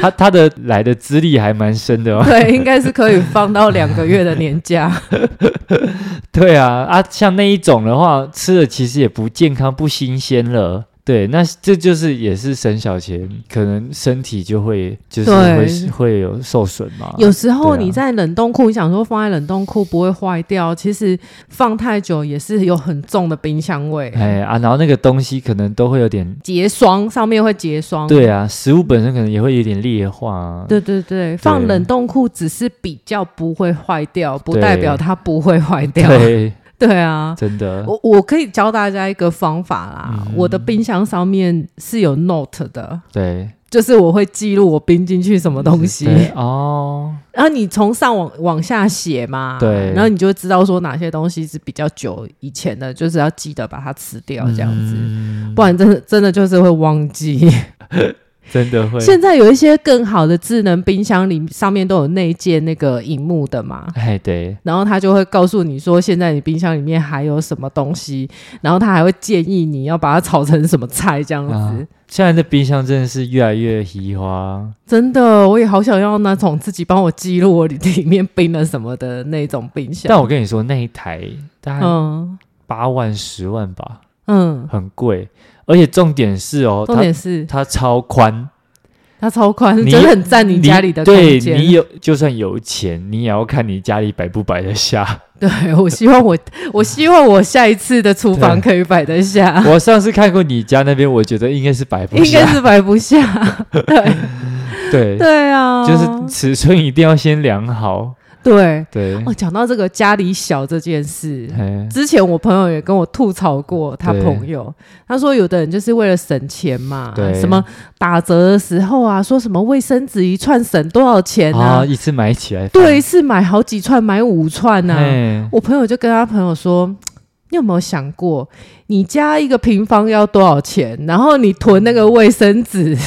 它它的来的资历还蛮深的哦。
对，应该是可以放到两个月的年
啊
假，
对啊，啊，像那一种的话，吃了其实也不健康、不新鲜了。对，那这就是也是省小钱，可能身体就会就是
对
会会有受损嘛。
有时候
对啊
你在冷冻库，你想说放在冷冻库不会坏掉，其实放太久也是有很重的冰箱味，
哎啊，然后那个东西可能都会有点，
结霜上面会结霜，
对啊，食物本身可能也会有点劣化、啊。
对对对，放冷冻库只是比较不会坏掉，不代表它不会坏掉。
对，
对啊，
真的，
我我可以教大家一个方法啦。
嗯
我的冰箱上面是有 note 的，
对，
就是我会记录我冰进去什么东西，
对哦，
然后你从上往往下写嘛，
对
然后你就知道说哪些东西是比较久以前的，就是要记得把它吃掉这样子。
嗯
不然真的真的就是会忘记。
真的会，
现在有一些更好的智能冰箱里上面都有内建那个荧幕的嘛，
哎，对，
然后他就会告诉你说，现在你冰箱里面还有什么东西，然后他还会建议你要把它炒成什么菜这样子。
啊现在的冰箱真的是越来越稀花，
真的，我也好想要那种自己帮我记录我里面冰了什么的那种冰箱。
但我跟你说，那一台大概
嗯
八万、十万吧，
嗯，
很贵，而且重点是哦，
重点是
它它超宽，
它超宽，
你
真的很占你家里的空
对
间。
你有就算有钱，你也要看你家里摆不摆得下。
对我希 望我，我希望我下一次的厨房
对
可以摆得下。
我上次看过你家那边，我觉得应该是摆不
应该
下，
是摆不下，对
对，
对啊，
就是尺寸一定要先量好。
对，
对，
哦，讲到这个家里小这件事，
嘿
之前我朋友也跟我吐槽过，他
对
朋友他说有的人就是为了省钱嘛，
对
什么打折的时候啊，说什么卫生纸一串省多少钱啊，
啊，一次买起来，
对，一次买好几串，买五串啊。
嘿
我朋友就跟他朋友说。你有没有想过，你家一个平方要多少钱？然后你囤那个卫生纸，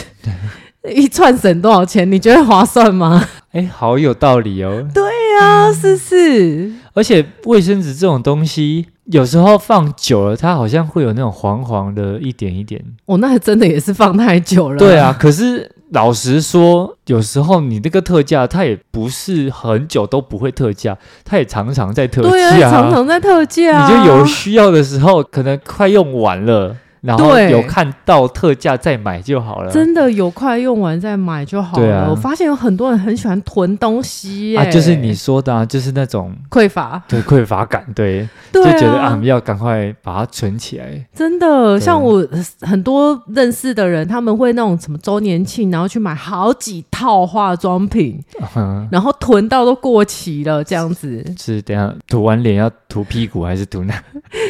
一串省多少钱？你觉得划算吗？
哎，好有道理哦。
对啊，是不是，
而且卫生纸这种东西，有时候放久了，它好像会有那种黄黄的，一点一点。
我、哦那还真的也是放太久了。
对啊，可是老实说，有时候你那个特价，它也不是很久都不会特价，它也常常在特价、
对啊，常常在特价、啊，
你就有需要的时候，可能快用完了，然后
对
有看到特价再买就好了。
真的有快用完再买就好
对
了。
啊
我发现有很多人很喜欢囤东西、耶
啊，就是你说的、啊，就是那种
匮乏，
对匮乏感，对，
对
就觉得啊，要赶快把它存起来。
真的，
对
像我很多认识的人，他们会那种什么周年庆，然后去买好几套化妆品，
嗯，
然后囤到都过期了，这样子，
是等一下涂完脸要涂屁股还是涂哪？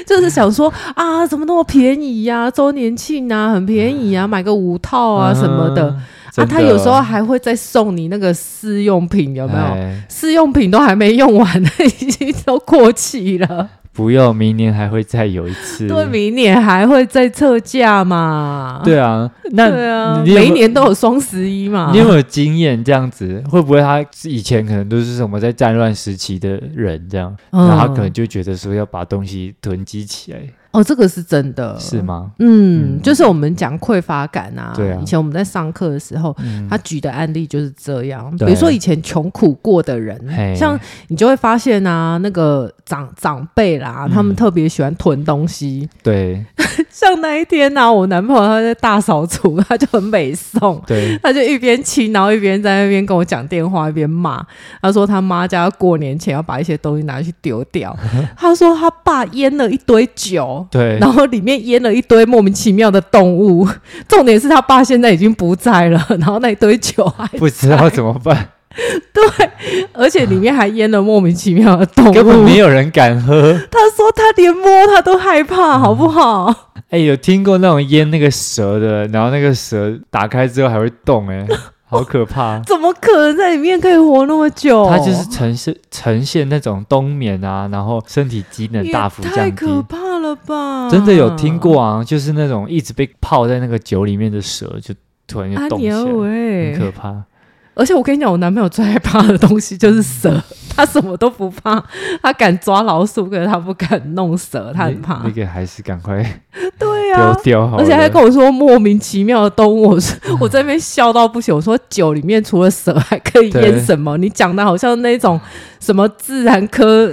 就是想说啊，怎么那么便宜呀、周年庆啊，很便宜啊，买个五套啊什么的。
嗯。
啊，
真的
他有时候还会再送你那个试用品，有没有？
哎
试用品都还没用完，已经都过期了。
不用，明年还会再有一次。
对，啊明年还会再特价嘛？
对啊，那
对啊，
你有没有
每一年都啊有双十一嘛
你。有没有经验这样子？会不会他以前可能都是什么在战乱时期的人这样，
嗯
然后他可能就觉得说要把东西囤积起来，
哦，这个是真的，
是？吗？
嗯，
嗯
就是我们讲匮乏感啊。
对啊
以前我们在上课的时候，
嗯，
他举的案例就是这样。比
对
如说以前穷苦过的人，
嘿
像你就会发现啊，那个长长辈啦，
嗯
他们特别喜欢囤东西。
对
像那一天呢、我男朋友他在大扫除，他就很美送，
对
他就一边骑，然后一边在那边跟我讲电话，一边骂。他说他妈家过年前要把一些东西拿去丢 掉。他说他爸腌了一堆酒。
对
然后里面腌了一堆莫名其妙的动物，重点是他爸现在已经不在了，然后那一堆酒还，
不知道哎怎么 办，
而且里面还腌了莫名其妙的动
根本
物
没。有人敢喝。
他说他连摸他都害怕，好不好？。
哎、有听过那种腌那个蛇的，然后那个蛇打开之后还会动、 哎，好可怕
怎么可能在里面可以活那么久？
它就是呈现呈现那种冬眠啊，然后身体机能
也
大幅
太
降低，
可怕了吧！
真的有听过啊，就是那种一直被泡在那个酒里面的蛇，就突然就
啊
动起
你
来，
啊喂
哎很可怕。
而且我跟你讲，我男朋友最害怕的东西就 是蛇，他什么都不怕，他敢抓老鼠，可是他不敢弄蛇，他很怕
那那。个还是赶快
对
丢
啊。
掉好了。
而且他还跟我说莫名其妙的动物，我说我在那边笑到不行。我说酒里面除了蛇还可以
对
腌什么？你讲的好像那种什么自然科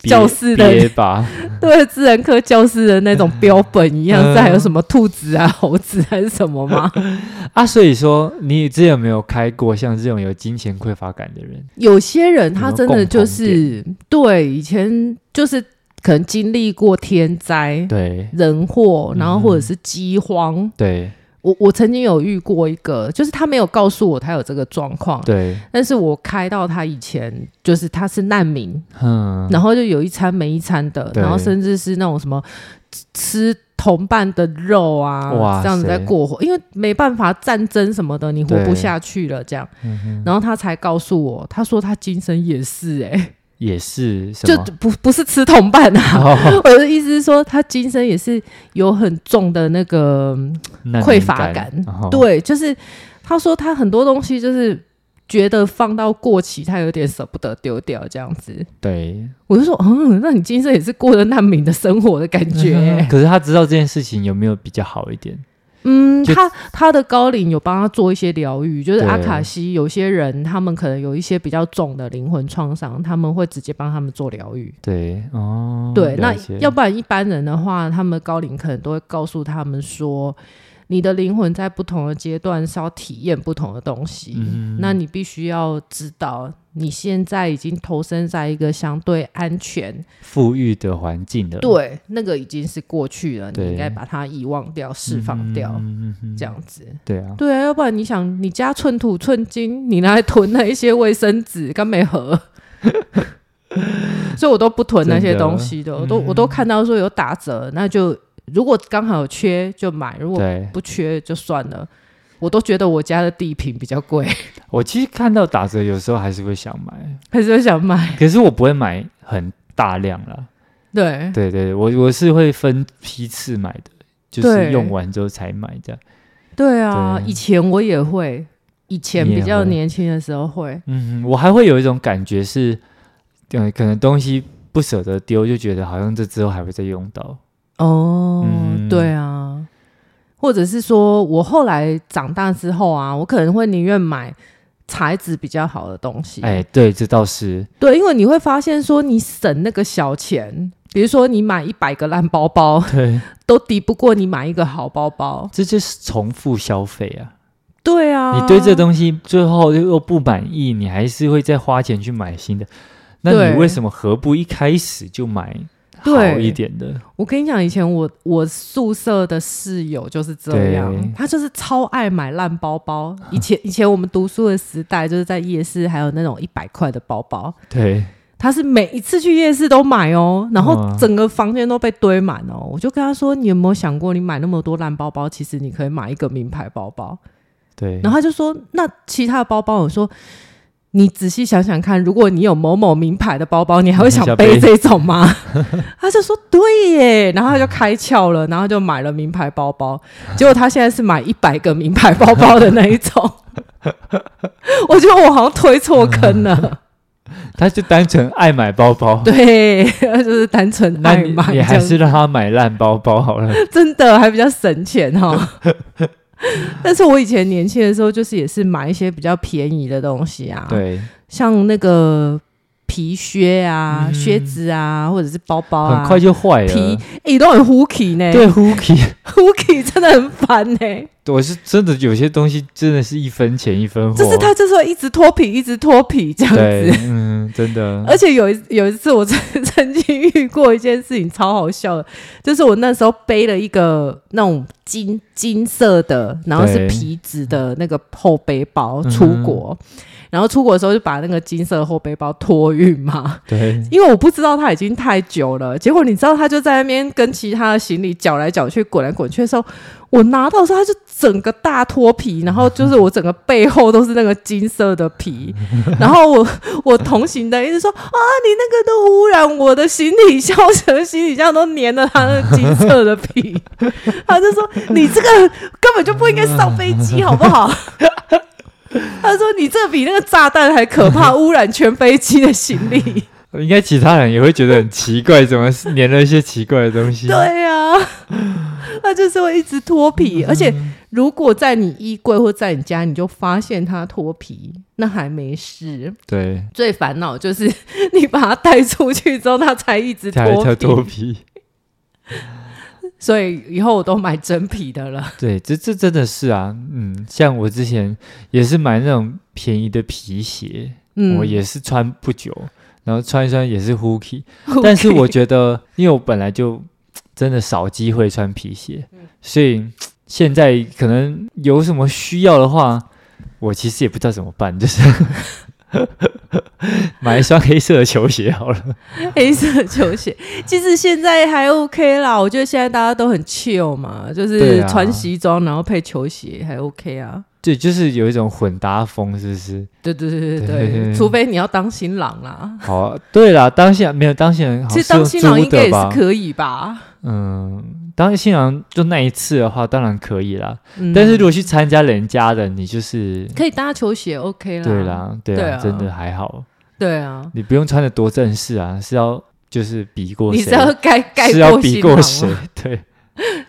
憋
教室的
憋吧，
对自然科教师的那种标本一样，
嗯
这还有什么兔子啊、猴子还是什么吗？
啊，所以说你之前有没有开过像这种有金钱匮乏感的人？
有些人他真的就是对以前就是可能经历过天灾、
对
人祸，然
嗯
后或者是饥荒。
对
我我曾经有遇过一个，就是他没有告诉我他有这个状况，
对，
但是我开到他以前就是他是难民，
嗯，
然后就有一餐没一餐的，
对
然后甚至是那种什么吃同伴的肉啊
哇，
这样子在
塞
过活，因为没办法战争什么的，你活不
对
下去了这样。
嗯哼
然后他才告诉我，他说他今生也是哎、欸
也是什
就
么？
不不是吃同伴 啊。
哦
我的意思是说，他今生也是有很重的那个，
那
匮
敏
乏
感
感，
哦
对，就是他说他很多东西就是觉得放到过期，他有点舍不得丢掉这样子。
对，
我就说，嗯，那你今生也是过着难民的生活的感觉 欸、
可是他知道这件事情有没有比较好一点？
嗯，
就
他他的高龄有帮他做一些疗愈，就是
对
阿卡西有些人，他们可能有一些比较重的灵魂创伤，他们会直接帮他们做疗愈。
对哦，
对，那
了解
要不然一般人的话，他们高龄可能都会告诉他们说，你的灵魂在不同的阶段是要体验不同的东西，
嗯
那你必须要知道，你现在已经投身在一个相对安全，
富裕的环境的，
对，那个已经是过去了，你
对
应该把它遗忘掉、释放掉，
嗯嗯嗯嗯
这样子。
对啊，
对啊，要不然你想，你家寸土寸金，你拿来囤了一些卫生纸，跟没合， 所以我都不囤那些
真的嗯
东西的，我都我都看到说有打折，那就如果刚好有缺就买，如果
对，
不缺就算了。我都觉得我家的地坪比较贵，
我其实看到打折，有时候还是会想买，
还是会想买。
可是我不会买很大量啦。
对，
对对，我我是会分批次买的，就是
对
用完之后才买这样。
对啊，
对
以前我也会，以前
你也
比
会
较年轻的时候会，
嗯，我还会有一种感觉是，嗯，可能东西不舍得丢，就觉得好像这之后还会再用到。
哦，
嗯
对啊，或者是说我后来长大之后啊，我可能会宁愿买材质比较好的东西。
哎，对，这倒是，
对，因为你会发现说你省那个小钱，比如说你买一百个烂包包，
对，
都抵不过你买一个好包包。
这就是重复消费啊。
对啊，
你对这东西最后又不满意，你还是会再花钱去买新的。那
对
你为什么何不一开始就买好
对
一点的？
我跟你讲，以前我我宿舍的室友就是这
对
样，他就是超爱买烂包包。以前以前我们读书的时代，就是在夜市还有那种一百块的包包，
对，
他是每一次去夜市都买哦，然后
哇
整个房间都被堆满哦。我就跟他说：“你有没有想过，你买那么多烂包包，其实你可以买一个名牌包包？”
对，
然后他就说：“那其他的包包，我说你仔细想想看，如果你有某某名牌的包包，你还会想背这种吗？”他就说：“对耶。”然后他就开窍了，然后就买了名牌包包。结果他现在是买一百个名牌包包的那一种。 我觉得我好像推错坑了，
他就单纯爱买包包。
对， 就是单纯
哦那
爱
你
买
你
这
还
样
是让他买烂包包好了。
真的还比较省钱哈、 但是我以前年轻的时候，就是也是买一些比较便宜的东西 啊，，
对，
像那个皮靴啊、
嗯
靴子啊，或者是包包啊，
很快就坏了。
皮，哎诶，都很 hooky 呢，
对 h o o k y
，hooky 真的很烦呢、
我是真的有些东西真的是一分钱一分货。
就是他就是会一直脱皮，一直脱皮这样
对
子。，
嗯，真的。
而且有一有一次，我曾 曾经遇过一件事情，超好笑的，就是我那时候背了一个那种金金色的，然后是
对
皮质的那个后背包
嗯
出国，然后出国的时候就把那个金色的后背包托运嘛，
对，
因为我不知道它已经太久了，结果你知道它就在那边跟其他的行李搅来搅去、滚来滚去的时候，我拿到的时候它就整个大脱皮，然后就是我整个背后都是那个金色的皮，然后我我同行的一直说啊，你那个都污染我的行李箱，我整个行李箱都粘了它那个金色的皮，他就说你这个根本就不应该上飞机，好不好？他说：“你这比那个炸弹还可怕，污染全飞机的行李。”
应该其他人也会觉得很奇怪，怎么是粘了一些奇怪的东西？
对 呀、啊，它就是会一直脱
嗯
皮，而且如果在你衣柜或在你家，你就发现它脱皮，那还没事。
对，
最烦恼就是 你把它带出去之后，它才一直
才
脱
才
皮。
脱皮。
所以以后我都买真皮的了。
对，这这真的是啊，嗯，像我之前也是买那种便宜的皮鞋，
嗯，
我也是穿不久，然后穿一穿也是 h o o k y
OK，
但是我觉得，因为我本来就真的少机会穿皮鞋，
嗯
所以现在可能有什么需要的话，我其实也不知道怎么办，就是 买一双黑色的球鞋好了。
黑色球鞋，其实现在还 OK 啦。我觉得现在大家都很 chill 嘛，就
对
是
啊
穿西装然后配球鞋还 OK 啊。
对，就是有一种混搭风，是不是？
对对对对
对对
对，
对
除非你要当新郎啦。
好啊、对啦，当新郎没有当新人，好
其
像
实当
是
新
用
郎
租
应该
的
也是
吧？
可以吧，
嗯，当新郎就那一次的话，当然可以啦。
嗯
但是如果去参加人家的，你就是
可以搭球鞋 OK 啦，
对，啦，对啦，
对啊
真的还好。
对啊，
你不用穿的多正式啊，是要就是比过谁，
你是要盖盖
是要
过
比
新
过
郎
谁
吗？？
对，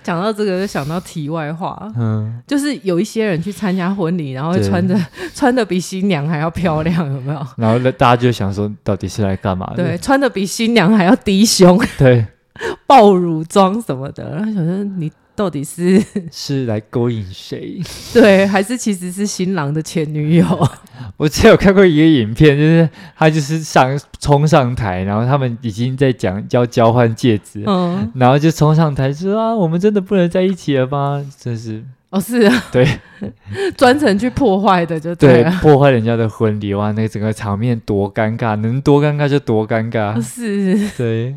讲到这个就想到题外话，
嗯，
就是有一些人去参加婚礼，然后会
对
穿着 穿的比新娘还要 漂亮，有没有？
然后呢大家就想说，到底是来干嘛
对，
的？
穿的比新娘还要低胸、
对，
爆乳装什么的，然后想说你到底是
是来勾引谁？
对，还是其实是新郎的前女友？
我之前有看过一个影片，就是他就是上冲上台，然后他们已经在讲要交换戒指，
嗯，
然后就冲上台说啊，我们真的不能在一起了吗？真是
哦，是啊，
对，
专程去破坏的就
对，
了，
破坏人家的婚礼，哇，那整个场面多尴尬，能多尴尬就多尴
哦
尬。
是，
对，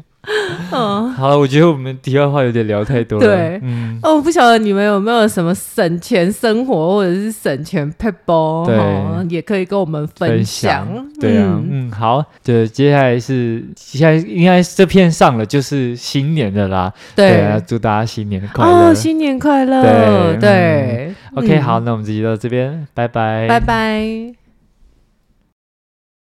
嗯，
好了，我觉得我们题外话有点聊太多了。
对
嗯，
哦，我不晓得你们有没有什么省钱生活或者是省钱 p e b l
对
也可以跟我们
分
享。
对啊，
嗯
嗯，好，就接下来是现在应该这片上了，就是新年的啦。啊，
对，
祝大家新年快乐。
嗯哦，新年快乐，
对
对
，OK，
嗯
好，那我们这集到这边，拜拜，
拜。拜。